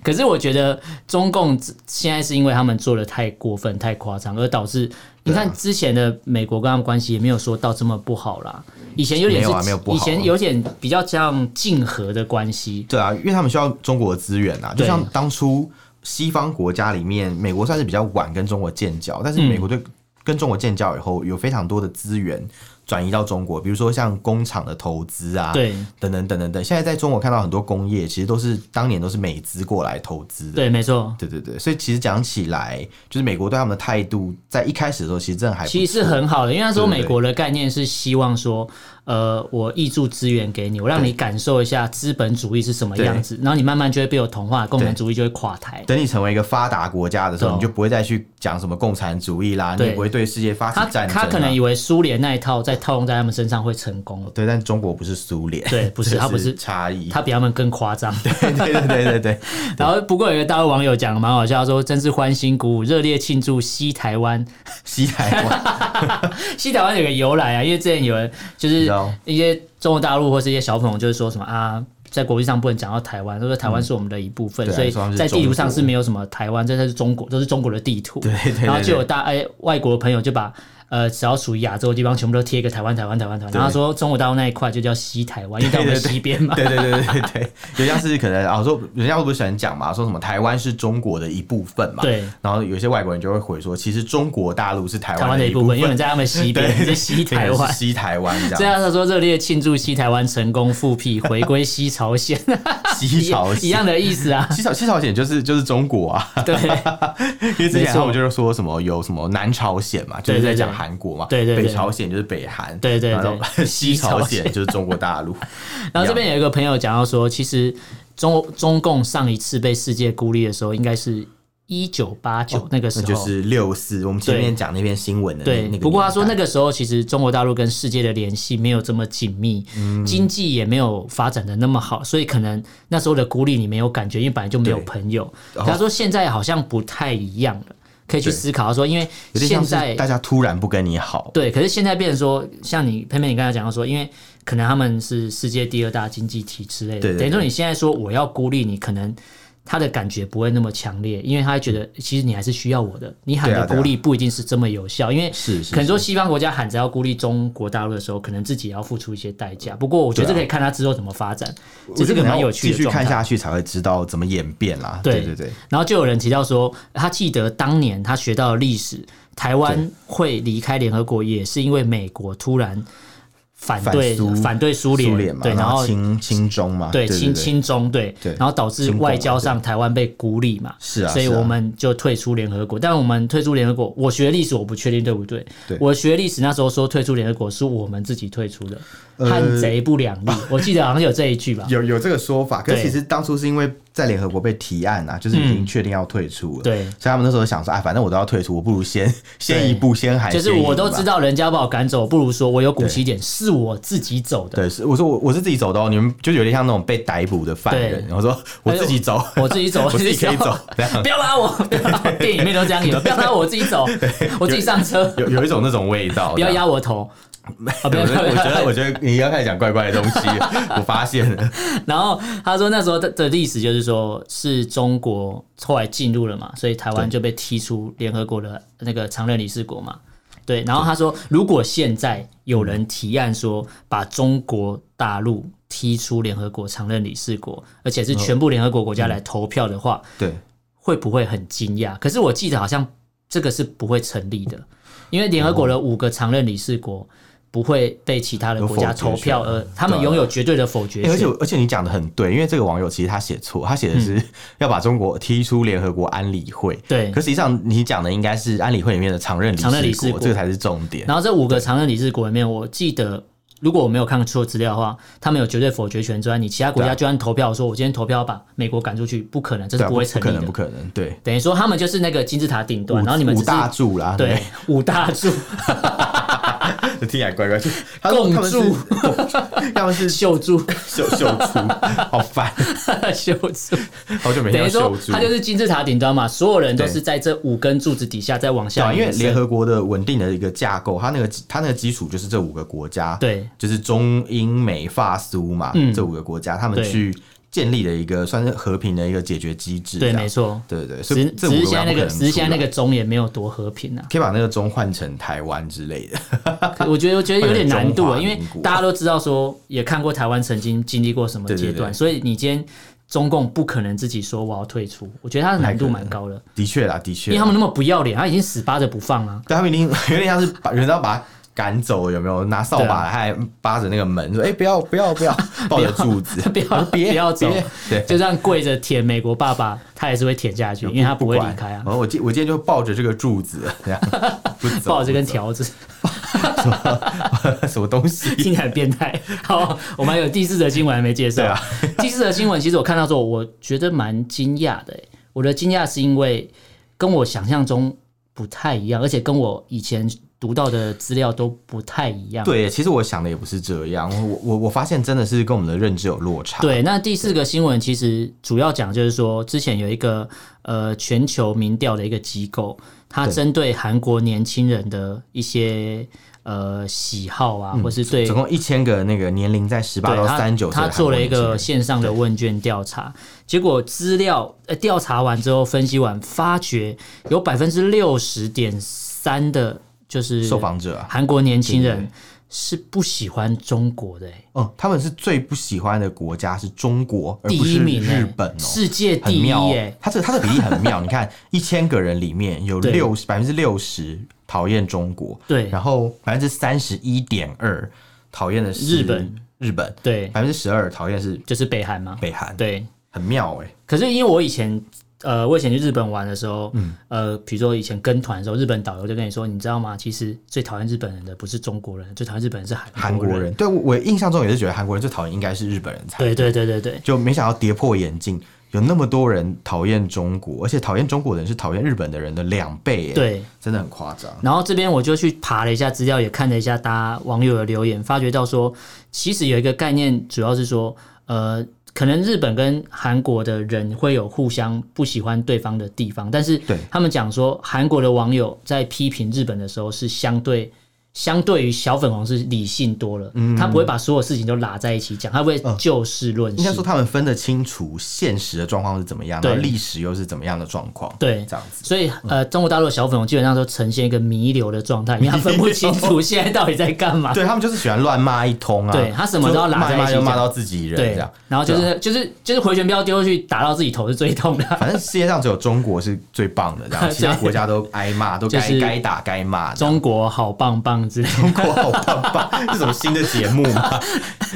Speaker 2: 可是我觉得中共现在是因为他们做的太过分、太夸张，而导
Speaker 1: 啊
Speaker 2: 致你看之前的美国跟他们关系也没有说到这么不好啦。以前有点是，
Speaker 1: 没有啊没有不好
Speaker 2: 以前有点比较像竞合的关系。
Speaker 1: 对啊，因为他们需要中国的资源啊，就
Speaker 2: 对
Speaker 1: 像当初西方国家里面，美国算是比较晚跟中国建交，但是
Speaker 2: 嗯
Speaker 1: 美国对跟中国建交以后，有非常多的资源转移到中国，比如说像工厂的投资啊，
Speaker 2: 对
Speaker 1: 等等等等等。现在在中国看到很多工业，其实都是当年都是美资过来投资的。
Speaker 2: 对，没错，
Speaker 1: 对对对，所以其实讲起来，就是美国对他们的态度，在一开始的时候，其实真的还不
Speaker 2: 其实是
Speaker 1: 错
Speaker 2: 很好的，因为那时候
Speaker 1: 对对
Speaker 2: 美
Speaker 1: 对
Speaker 2: 国的概念是希望说，呃，我挹注资源给你，我让你感受一下资本主义是什么样子，然后你慢慢就会被我同化，共产主义就会垮台。
Speaker 1: 等你成为一个发达国家的时
Speaker 2: 对
Speaker 1: 候，
Speaker 2: 哦
Speaker 1: 你就不会再去讲什么共产主义啦，你
Speaker 2: 对
Speaker 1: 也不会对世界发起
Speaker 2: 他
Speaker 1: 战争、啊
Speaker 2: 他可能以为苏联那一套再套用在他们身上会成功，
Speaker 1: 对，但中国不是苏联，
Speaker 2: 对不是
Speaker 1: 这
Speaker 2: 它不是
Speaker 1: 差异，
Speaker 2: 他比他们更夸张。
Speaker 1: 对对对对对 对，
Speaker 2: 然后不过有一个大陆网友讲的蛮好笑，说真是欢欣鼓舞，热烈庆祝西台湾。
Speaker 1: 西台湾
Speaker 2: 西台湾有个由来啊，因为之前有人就是
Speaker 1: 知道
Speaker 2: 一些中国大陆或是一些小朋友，就是说什么啊。在国际上不能讲到台湾，他说台湾是我们的一部分，
Speaker 1: 对啊
Speaker 2: 所以
Speaker 1: 说他们是
Speaker 2: 在地图上
Speaker 1: 中国
Speaker 2: 是没有什么台湾，这才是中国，这是中国的地图。
Speaker 1: 对对对
Speaker 2: 然后就有
Speaker 1: 对
Speaker 2: 大哎、外国的朋友就把呃只要属于亚洲的地方全部都贴一个台湾台湾台湾台湾，
Speaker 1: 对
Speaker 2: 然后说中国大陆那一块就叫西台湾，因为在我们
Speaker 1: 对对对
Speaker 2: 西边嘛。
Speaker 1: 对对对对对，人家是可能啊说，人家不是喜欢讲嘛，说什么台湾是中国的一部分嘛，
Speaker 2: 对，
Speaker 1: 然后有些外国人就会回说，其实中国大陆是台
Speaker 2: 台湾的
Speaker 1: 的
Speaker 2: 一部
Speaker 1: 部
Speaker 2: 分，因为我们在他们西边，
Speaker 1: 对
Speaker 2: 是西
Speaker 1: 这个
Speaker 2: 台
Speaker 1: 是
Speaker 2: 湾。
Speaker 1: 西台湾这
Speaker 2: 这
Speaker 1: 样，
Speaker 2: 样他说热烈庆祝西台湾成功复辟，回归西朝鲜，
Speaker 1: 西朝
Speaker 2: 一
Speaker 1: 鲜。
Speaker 2: 样的意思啊。
Speaker 1: 西朝西朝鲜就是就是中国啊，
Speaker 2: 对
Speaker 1: 因为之
Speaker 2: 没
Speaker 1: 前
Speaker 2: 错
Speaker 1: 他们就是说什么有什么南朝鲜嘛，就是
Speaker 2: 对对
Speaker 1: 在
Speaker 2: 对
Speaker 1: 讲韩国嘛，
Speaker 2: 对对对
Speaker 1: 北朝鲜就是北韩，
Speaker 2: 对对对
Speaker 1: 然后 西
Speaker 2: 西朝
Speaker 1: 朝鲜就是中国大陆，
Speaker 2: 然后这边有一个朋友讲到说，其实中中共上一次被世界孤立的时候，应该是一九八九那个时
Speaker 1: 哦那
Speaker 2: 候。
Speaker 1: 就是六四，我们前面讲那篇新闻的那
Speaker 2: 对
Speaker 1: 那，个。
Speaker 2: 不过他说那，个时候其实中国大陆跟世界的联系没有这么紧密，
Speaker 1: 嗯
Speaker 2: 经济也没有发展的那么好，所以可能那时候的孤立你没有感觉，因为本来就没有
Speaker 1: 对
Speaker 2: 朋友。
Speaker 1: 然后
Speaker 2: 他说现在好像不太一样了，可以去
Speaker 1: 对
Speaker 2: 思考。他说因为
Speaker 1: 有点
Speaker 2: 现
Speaker 1: 像是
Speaker 2: 在
Speaker 1: 大家突然不跟你好，
Speaker 2: 对，可是现在变成说，像你佩佩，你刚才讲到说，因为可能他们是世界第二大经济体之类的，
Speaker 1: 对对
Speaker 2: 等于说你现在说我要孤立你，可能他的感觉不会那么强烈，因为他会觉得其实你还是需要我的，你喊
Speaker 1: 对
Speaker 2: 的
Speaker 1: 啊对啊
Speaker 2: 孤立不一定是这么有效，因为
Speaker 1: 是是
Speaker 2: 可能说西方国家喊着要孤立中国大陆的时候，可能自己也要付出一些代价。不过我觉
Speaker 1: 对啊
Speaker 2: 得这可以看他之后怎么发展，
Speaker 1: 我觉
Speaker 2: 这是
Speaker 1: 得
Speaker 2: 个
Speaker 1: 可能
Speaker 2: 蛮有
Speaker 1: 要
Speaker 2: 趣
Speaker 1: 继
Speaker 2: 的
Speaker 1: 续
Speaker 2: 状
Speaker 1: 看
Speaker 2: 态。
Speaker 1: 下去才会知道怎么演变啦。
Speaker 2: 对
Speaker 1: 对对对，
Speaker 2: 然后就有人提到说，他记得当年他学到的历史，台湾会离开联合国，也是因为美国突然反对
Speaker 1: 反苏
Speaker 2: 反对苏
Speaker 1: 苏
Speaker 2: 联
Speaker 1: 联，嘛，
Speaker 2: 对，然后
Speaker 1: 亲亲中嘛，
Speaker 2: 对
Speaker 1: 对
Speaker 2: 亲
Speaker 1: 对
Speaker 2: 亲中对
Speaker 1: 对，
Speaker 2: 然后导致
Speaker 1: 亲共嘛
Speaker 2: 外交上台湾被孤立嘛，
Speaker 1: 是啊
Speaker 2: 所以
Speaker 1: 是啊
Speaker 2: 我们就退出联合国。但我们退出联合国，我学历史我不确定对不对
Speaker 1: 对，
Speaker 2: 我学历史那时候说退出联合国是我们自己退出的，
Speaker 1: 呃
Speaker 2: 汉贼不两立，我记得好像有这一句吧，
Speaker 1: 有有这个说法，可是
Speaker 2: 对
Speaker 1: 其实当初是因为在联合国被提案啊，就是已经确定要退出了，
Speaker 2: 嗯对
Speaker 1: 所以他们那时候想说，哎，反正我都要退出，我不如先先一步先喊，
Speaker 2: 就是
Speaker 1: 先一
Speaker 2: 我
Speaker 1: 步
Speaker 2: 都
Speaker 1: 吧
Speaker 2: 知。道人家把我赶走，不如说我有骨气一点，是我自己走的。
Speaker 1: 对，是我说我我是自己走的哦，你们就有点像那种被逮捕的犯人，
Speaker 2: 对
Speaker 1: 然后说我自己走，
Speaker 2: 我自己走，，
Speaker 1: 我自己可以走这样
Speaker 2: 不要拉我。电影里面都这样演，不要拉我，我自己走，我自己上车，
Speaker 1: 有有一种那种味道，
Speaker 2: 不要
Speaker 1: 这样
Speaker 2: 压我头。 啊，不
Speaker 1: 对
Speaker 2: 要
Speaker 1: 我觉
Speaker 2: 压
Speaker 1: 得，
Speaker 2: 我
Speaker 1: 我觉得，我觉
Speaker 2: 头。
Speaker 1: 得你要开始讲怪怪的东西，我发现了。
Speaker 2: 然后他说那时候的的历史就是说，是中国后来进入了嘛，所以台湾
Speaker 1: 对
Speaker 2: 就被踢出联合国的那个常任理事国嘛。对，然后他说，如果现在
Speaker 1: 嗯
Speaker 2: 有人提案说把中国大陆踢出联合国常任理事国，而且是
Speaker 1: 嗯
Speaker 2: 全部联合国国家来投票的话，
Speaker 1: 对，
Speaker 2: 会不会很惊讶？可是我
Speaker 1: 哦
Speaker 2: 记得好像这个是不会成立的，因为联合国的五个常任理事国。不会被其他的国家投票，
Speaker 1: 有否决权啊
Speaker 2: 而他们拥有绝对的否决
Speaker 1: 欸而且
Speaker 2: 权。
Speaker 1: 而且你讲的很对，因为这个网友其实他写错，他写的是 要把中国踢出联合国安理会。
Speaker 2: 对
Speaker 1: 可，实际上你讲的应该是安理会里面的常任理
Speaker 2: 常任理
Speaker 1: 事
Speaker 2: 事
Speaker 1: 国，
Speaker 2: 国
Speaker 1: 这个才是重点。
Speaker 2: 然后这五个常任理事国里面，我记得如果我没有看错资料的话，他们有绝对否决权之外，你其他国
Speaker 1: 对啊
Speaker 2: 家就算投票说，我今天投票把美国赶出去，不可能，这
Speaker 1: 对
Speaker 2: 是
Speaker 1: 啊，
Speaker 2: 不
Speaker 1: 不
Speaker 2: 会成
Speaker 1: 可
Speaker 2: 立
Speaker 1: 能，
Speaker 2: 的
Speaker 1: 不。可能，对。
Speaker 2: 等于说他们就是那个金字塔顶端，
Speaker 1: 五
Speaker 2: 然后你们
Speaker 1: 五
Speaker 2: 只是
Speaker 1: 大柱啦，
Speaker 2: 对五大柱
Speaker 1: 对，听起来怪怪。就他说他们是
Speaker 2: 共，
Speaker 1: 他们是
Speaker 2: 秀柱
Speaker 1: 秀秀出，好烦，
Speaker 2: 秀柱，
Speaker 1: 好久没
Speaker 2: 等于
Speaker 1: 听到秀
Speaker 2: 说
Speaker 1: 出
Speaker 2: 它。就是金字塔顶端嘛，所有人都
Speaker 1: 对
Speaker 2: 是在这五根柱子底下再往
Speaker 1: 对啊，
Speaker 2: 下
Speaker 1: 因为
Speaker 2: 延伸，
Speaker 1: 联合国的稳定的一个架构，它那个它那个基础就是这五个国家，
Speaker 2: 对
Speaker 1: 就是中英美法苏嘛，
Speaker 2: 嗯
Speaker 1: 这五个国家他们
Speaker 2: 对
Speaker 1: 去建立的一个算是和平的一个解决机制，
Speaker 2: 对，
Speaker 1: 这样
Speaker 2: 没错。
Speaker 1: 对对对，
Speaker 2: 只
Speaker 1: 所以
Speaker 2: 只
Speaker 1: 这五个
Speaker 2: 是
Speaker 1: 国家
Speaker 2: 现在
Speaker 1: 不
Speaker 2: 那
Speaker 1: 可
Speaker 2: 个，
Speaker 1: 能
Speaker 2: 只是现在那
Speaker 1: 出来
Speaker 2: 个钟也没有多和 平啊。
Speaker 1: 可以把那个钟换成台湾之类的，
Speaker 2: 可我觉得，我觉得有点难度啊，
Speaker 1: 换成中华
Speaker 2: 因为
Speaker 1: 民国
Speaker 2: 大家都知道说，也看过台湾曾经经历过什么
Speaker 1: 对对
Speaker 2: 阶段，
Speaker 1: 对
Speaker 2: 所以你今天中共不可能自己说我要退出，我觉得它的难度蛮高的，
Speaker 1: 的确啦，的确
Speaker 2: 因
Speaker 1: 啦，
Speaker 2: 为他们那么不要脸，他已经死扒着不放啊。
Speaker 1: 对他们一定 有点像是把人要把他赶走，有没有？拿扫
Speaker 2: 对
Speaker 1: 把
Speaker 2: 啊
Speaker 1: 还扒着那个门说：“哎、不要不要不要！” 抱着柱子，
Speaker 2: 不要
Speaker 1: 我说别
Speaker 2: 不要走
Speaker 1: 别对。
Speaker 2: 就这样跪着舔美国爸爸，他也是会舔下去，因为他不会离开啊
Speaker 1: 然，哦后我今我今天就抱着这个柱子，这样 不走，
Speaker 2: 抱着根
Speaker 1: 不走
Speaker 2: 条子，
Speaker 1: 什么东西？
Speaker 2: 听起来很变态。好，我们还有第四则新闻还没介绍。
Speaker 1: 对啊
Speaker 2: 第四则新闻其实我看到之后，我觉得蛮惊讶的欸。我的惊讶是因为跟我想象中不太一样，而且跟我以前读到的资料都不太一 样。
Speaker 1: 对，其实我想的也不是这样，我我我发现真的是跟我们的认知有落差。
Speaker 2: 对，那第四个新闻其实主要讲就是说，之前有一个呃全球民调的一个机构，它
Speaker 1: 对
Speaker 2: 针对韩国年轻人的一些呃喜好
Speaker 1: 嗯
Speaker 2: 啊，或是对
Speaker 1: 总共一千个那个年龄在十八
Speaker 2: 对
Speaker 1: 到
Speaker 2: 他
Speaker 1: 三九岁的
Speaker 2: 他
Speaker 1: 韩国
Speaker 2: 做了一
Speaker 1: 年轻人
Speaker 2: 个线上的问卷调查，结果资料呃调查完之后分析完，发觉有百分之六十点三的，就是
Speaker 1: 受访者啊，
Speaker 2: 韩国年轻
Speaker 1: 对
Speaker 2: 人是不喜欢中国的、欸
Speaker 1: 嗯，他们是最不喜欢的国家是中国，而
Speaker 2: 第
Speaker 1: 呃不是
Speaker 2: 一名、欸，
Speaker 1: 日本哦。
Speaker 2: 世界
Speaker 1: 很
Speaker 2: 第一、
Speaker 1: 妙、哦
Speaker 2: 欸，，
Speaker 1: 它这它的比例很 妙。你看，一千个人里面有
Speaker 2: 对
Speaker 1: 六百分之六十讨厌中国，
Speaker 2: 对
Speaker 1: 然后百分之三十一点二讨厌的是
Speaker 2: 日本，
Speaker 1: 日本
Speaker 2: 对，
Speaker 1: 百分之十二讨厌是
Speaker 2: 就是北韩嘛，
Speaker 1: 北韩，，
Speaker 2: 对，
Speaker 1: 很妙哎、
Speaker 2: 可是因为我以前。呃，我以前去日本玩的时候，
Speaker 1: 嗯
Speaker 2: 呃，比如说以前跟团的时候，日本导游就跟你说，你知道吗？其实最讨厌日本人的不是中国人，最讨厌日本人是
Speaker 1: 韩
Speaker 2: 韩
Speaker 1: 国
Speaker 2: 国人。
Speaker 1: 人，对我我印象中也是觉得韩国人最讨厌应该是日本人才，
Speaker 2: 对对对对对
Speaker 1: 就没想到跌破眼镜，有那么多人讨厌中国，而且讨厌中国的人是讨厌日本的人的两倍、欸，，
Speaker 2: 对。
Speaker 1: 真的很夸张。
Speaker 2: 然后这边我就去爬了一下资料，也看了一下大家网友的留言，发觉到说，其实有一个概念，主要是说，呃，可能日本跟韩国的人会有互相不喜欢对方的地方，但是
Speaker 1: 对
Speaker 2: 他们讲说，韩国的网友在批评日本的时候是相对。相对于小粉红是理性多了，
Speaker 1: 嗯
Speaker 2: 他不会把所有事情都拉在一起讲，他不会就事论事。
Speaker 1: 应该说他们分得清楚现实的状况是怎么样，然
Speaker 2: 对
Speaker 1: 后历史又是怎么样的状况，
Speaker 2: 对
Speaker 1: 这样子。
Speaker 2: 所以呃，中国大陆的小粉红基本上都呈现一个弥留的状 态，因为他分不清楚现在到底在干嘛。
Speaker 1: 对他们就是喜欢乱骂一通啊，
Speaker 2: 对他什么都要拉
Speaker 1: 就骂一
Speaker 2: 在一
Speaker 1: 骂
Speaker 2: 起
Speaker 1: 就骂
Speaker 2: 讲
Speaker 1: 到自己人
Speaker 2: 对
Speaker 1: 这样。啊
Speaker 2: 然后就是、就是就是回旋镖丢出去打到自己头是最 痛的。
Speaker 1: 反正世界上只有中国是最棒的，这 样
Speaker 2: 对
Speaker 1: 其他国家都挨骂，都该、
Speaker 2: 就是
Speaker 1: 该打该骂的。
Speaker 2: 中国好棒棒 之类的，
Speaker 1: 中国好棒棒，是什么新的节目 吗？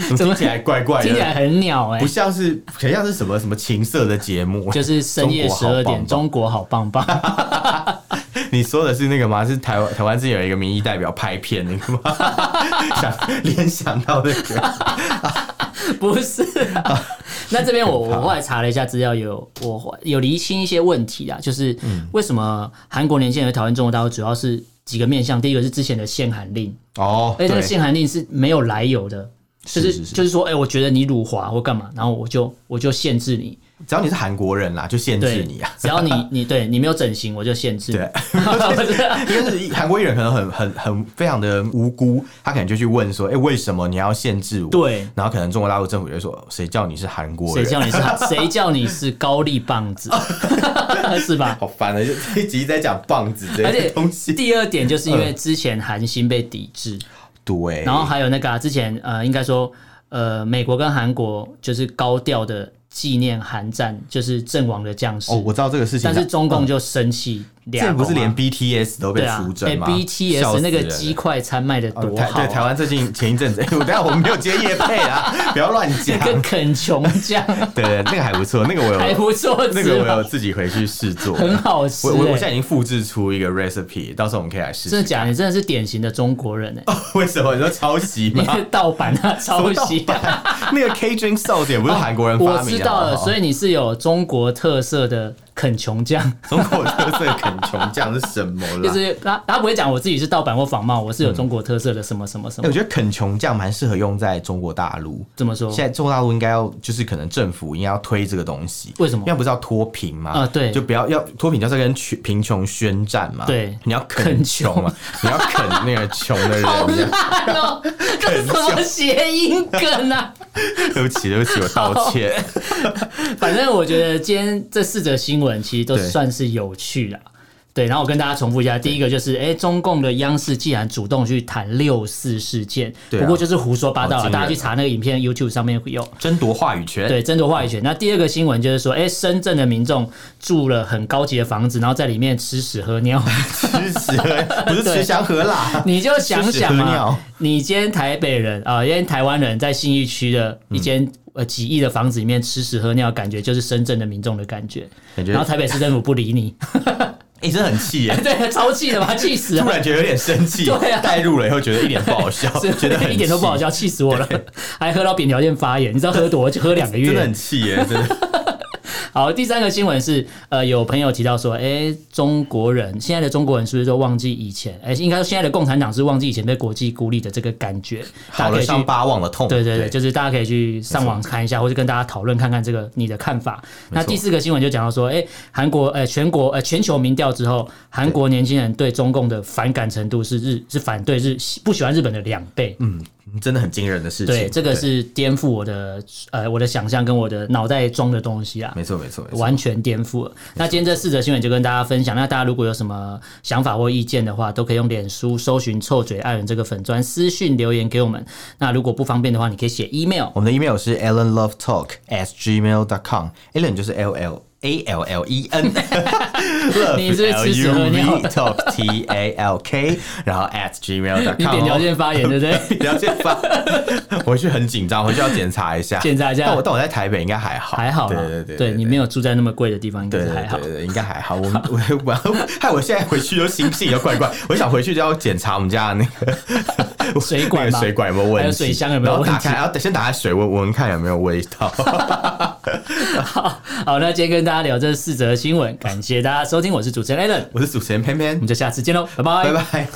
Speaker 1: 怎
Speaker 2: 怎
Speaker 1: 么听
Speaker 2: 么
Speaker 1: 起来怪怪
Speaker 2: 听起
Speaker 1: 的？
Speaker 2: 来很鸟哎、
Speaker 1: 不像是，很像是什么什么情色的节目。
Speaker 2: 就是深夜
Speaker 1: 中
Speaker 2: 十
Speaker 1: 国好
Speaker 2: 二
Speaker 1: 棒
Speaker 2: 点，
Speaker 1: 棒
Speaker 2: 中国好棒棒，
Speaker 1: 你说的是那个吗？是台湾台湾之前有一个民意代表拍片那个吗？ 想联想到那 个，
Speaker 2: 不是、 啊？那这边我
Speaker 1: 很怕
Speaker 2: 我后来查了一下资料有，我后有厘清一些问题啊，就是
Speaker 1: 嗯
Speaker 2: 为什么韩国年轻人会讨厌中国大陆，主要是几个面向，第一个是之前的限韩令，
Speaker 1: 哦，
Speaker 2: 而且这哎个
Speaker 1: 对，
Speaker 2: 限韩令是没有来由的，就是
Speaker 1: 是是
Speaker 2: 就是说，哎、我觉得你辱华或干嘛，然后我就我就限制你，
Speaker 1: 只要你是韩国人啦，就限制
Speaker 2: 对
Speaker 1: 你啊。
Speaker 2: 只要你你对你没有整形，我就限制你。
Speaker 1: 对， 因为是韩国艺人可能很很很非常的无辜，他可能就去问说，哎、为什么你要限制我？
Speaker 2: 对
Speaker 1: 然后可能中国大陆政府就会说，谁叫你是韩国
Speaker 2: 谁
Speaker 1: 人？
Speaker 2: 叫你是谁叫你是高丽棒子， 是吧？
Speaker 1: 好烦啊！就这一集在讲棒子这
Speaker 2: 而
Speaker 1: 些
Speaker 2: 且
Speaker 1: 东西，嗯哎
Speaker 2: 第二点就是因为之前韩星被抵制，
Speaker 1: 对，
Speaker 2: 然后还有那个、啊、之前呃，应该说呃，美国跟韩国就是高调的纪念韩战，就是阵亡的将士。
Speaker 1: 哦，我知道这个事情，
Speaker 2: 但是中共
Speaker 1: 嗯
Speaker 2: 就生气，
Speaker 1: 之前不是
Speaker 2: 俩
Speaker 1: 连
Speaker 2: 狗啊
Speaker 1: BTS 都被
Speaker 2: 对啊
Speaker 1: 出征吗、
Speaker 2: 哎
Speaker 1: 笑
Speaker 2: ，BTS
Speaker 1: 死
Speaker 2: 那个
Speaker 1: 人了
Speaker 2: 鸡快餐卖的
Speaker 1: 哦
Speaker 2: 多
Speaker 1: 台
Speaker 2: 好啊，
Speaker 1: 对台湾最近前一阵子，哎 我等一下我们没有接叶配 啊，不要乱讲。
Speaker 2: 跟啃穷酱
Speaker 1: 对对，那个还不错，那个我
Speaker 2: 还
Speaker 1: 有，
Speaker 2: 不错吃吧，
Speaker 1: 那个我有自己回去试做，
Speaker 2: 很好吃
Speaker 1: 我
Speaker 2: 欸。
Speaker 1: 我我现在已经复制出一个 recipe，到时候我们可以来试试。
Speaker 2: 真的假的？你真的是典型的中国人哎、
Speaker 1: 为什么你说抄袭
Speaker 2: 你
Speaker 1: 吗？
Speaker 2: 是盗版啊，抄袭、啊。
Speaker 1: 那个 Cajun sauce 也不是韩国人
Speaker 2: 我
Speaker 1: 发明的，
Speaker 2: 知道了，所
Speaker 1: 以
Speaker 2: 以你是有中国特色的啃穷酱，
Speaker 1: 中国特色啃穷酱 是什么
Speaker 2: 就
Speaker 1: 啦？
Speaker 2: 是他他不会讲我自己是盗版或仿冒，我是有中国特色的什么什么什
Speaker 1: 哎
Speaker 2: 么
Speaker 1: 我。觉得啃穷酱蛮适合用在中国大陆。
Speaker 2: 嗯怎么说
Speaker 1: 现？在中国大陆应该要，就是可能政府应该要推这个东西，
Speaker 2: 为什么
Speaker 1: 因为不是要脱贫嘛？
Speaker 2: 啊对
Speaker 1: 就不要要脱贫，就是要跟穷贫穷宣战嘛。
Speaker 2: 对
Speaker 1: 你要啃
Speaker 2: 啃
Speaker 1: 穷嘛，你要啃那个穷的人。啊
Speaker 2: 好
Speaker 1: 这样
Speaker 2: 烂哦、这是什么谐音梗啊？
Speaker 1: 对不起，对不起，我道歉。
Speaker 2: 反正我觉得今天这四则新闻其实都
Speaker 1: 对
Speaker 2: 算是有趣啦。对，然后我跟大家重复一下，第一个就是，哎，中共的央视既然主动去谈六四事件，
Speaker 1: 对啊
Speaker 2: 不过就是胡说八道
Speaker 1: 好
Speaker 2: 啊，
Speaker 1: 惊人哎
Speaker 2: 大家去查那个影片，YouTube 上面有。
Speaker 1: 争夺话语权。
Speaker 2: 对，争夺话语权。那第二个新闻就是说，哎，深圳的民众住了很高级的房子，然后在里面吃屎喝尿。
Speaker 1: 吃屎不是吃香喝 辣。
Speaker 2: 你就想想
Speaker 1: 吃屎喝
Speaker 2: 嘛
Speaker 1: 尿，
Speaker 2: 你今天台北人啊，今天台湾人在信义区的一间、呃几亿的房子里面吃屎喝尿，感觉就是深圳的民众的感觉。
Speaker 1: 感觉
Speaker 2: 然后台北市政府不理 你，
Speaker 1: 你真的很气 耶，
Speaker 2: 对，超气的吧，气死
Speaker 1: 突
Speaker 2: 了。
Speaker 1: 然觉得有点生气，
Speaker 2: 对啊
Speaker 1: 带入了以后觉得一点不好 笑，觉得很
Speaker 2: 一点都不好
Speaker 1: 气，
Speaker 2: 笑，气死我了！还喝到扁条线发炎，你知道喝多久？喝两 个
Speaker 1: 真的
Speaker 2: 月
Speaker 1: 很。气耶， 真的。
Speaker 2: 好，第三个新闻是，呃，有朋友提到说，哎、中国人现在的中国人是不是都忘记以前？哎、应该说现在的共产党是忘记以前被国际孤立的这个感觉。
Speaker 1: 好
Speaker 2: 大家可
Speaker 1: 了
Speaker 2: 以去
Speaker 1: 伤疤忘了痛，
Speaker 2: 对对对，就是大家可以去上网看一下，或者跟大家讨论看看这个你的看法。那第四个新闻就讲到说，哎、韩国呃全国呃全球民调之后，韩国年轻人对中共的反感程度是日是反对日不喜欢日本的两倍。
Speaker 1: 真的很惊人的事情。
Speaker 2: 对，这个
Speaker 1: 嗯对
Speaker 2: 是颠覆我的呃我的想象跟我的脑袋装的东西啊。
Speaker 1: 没错没错没错。
Speaker 2: 完全颠覆了。那今天这四则新闻就跟大家分享。那大家如果有什么想法或意见的话，都可以用脸书搜寻“臭嘴爱人”这个粉砖私讯留言给我们。那如果不方便的话，你可以写 email。
Speaker 1: 我们的 email 是 allenlovetalk at gmail dot com，allen 就是 L L。A L L E N，
Speaker 2: 你 是不是吃屎喝尿
Speaker 1: talk T A L K，然后 at gmail dot com，哦
Speaker 2: 你点条件发言对不对？
Speaker 1: 了解 吧？回去很紧张，回去要检查一下，
Speaker 2: 检查一下
Speaker 1: 但我但我在台北应该还好，
Speaker 2: 还好
Speaker 1: 对
Speaker 2: 啦，
Speaker 1: 对对，
Speaker 2: 你没有住在那么贵的地方，应该
Speaker 1: 对
Speaker 2: 是
Speaker 1: 对
Speaker 2: 还好
Speaker 1: 对。对，应该还好。我们我 我害我现在回去就心情就怪怪，我想回去就要检查我们家的那个
Speaker 2: 水管
Speaker 1: 那个
Speaker 2: 吧
Speaker 1: 水管有没有问题，
Speaker 2: 还有水箱有没有问题
Speaker 1: 然后打开，然后先打开水闻闻看有没有味道。
Speaker 2: 好，那今天跟大家聊这四则新闻，感谢大家收听，我是主持人 Allen，我
Speaker 1: 我是主持人偏偏
Speaker 2: 们，就下次见喽，拜拜
Speaker 1: 拜拜。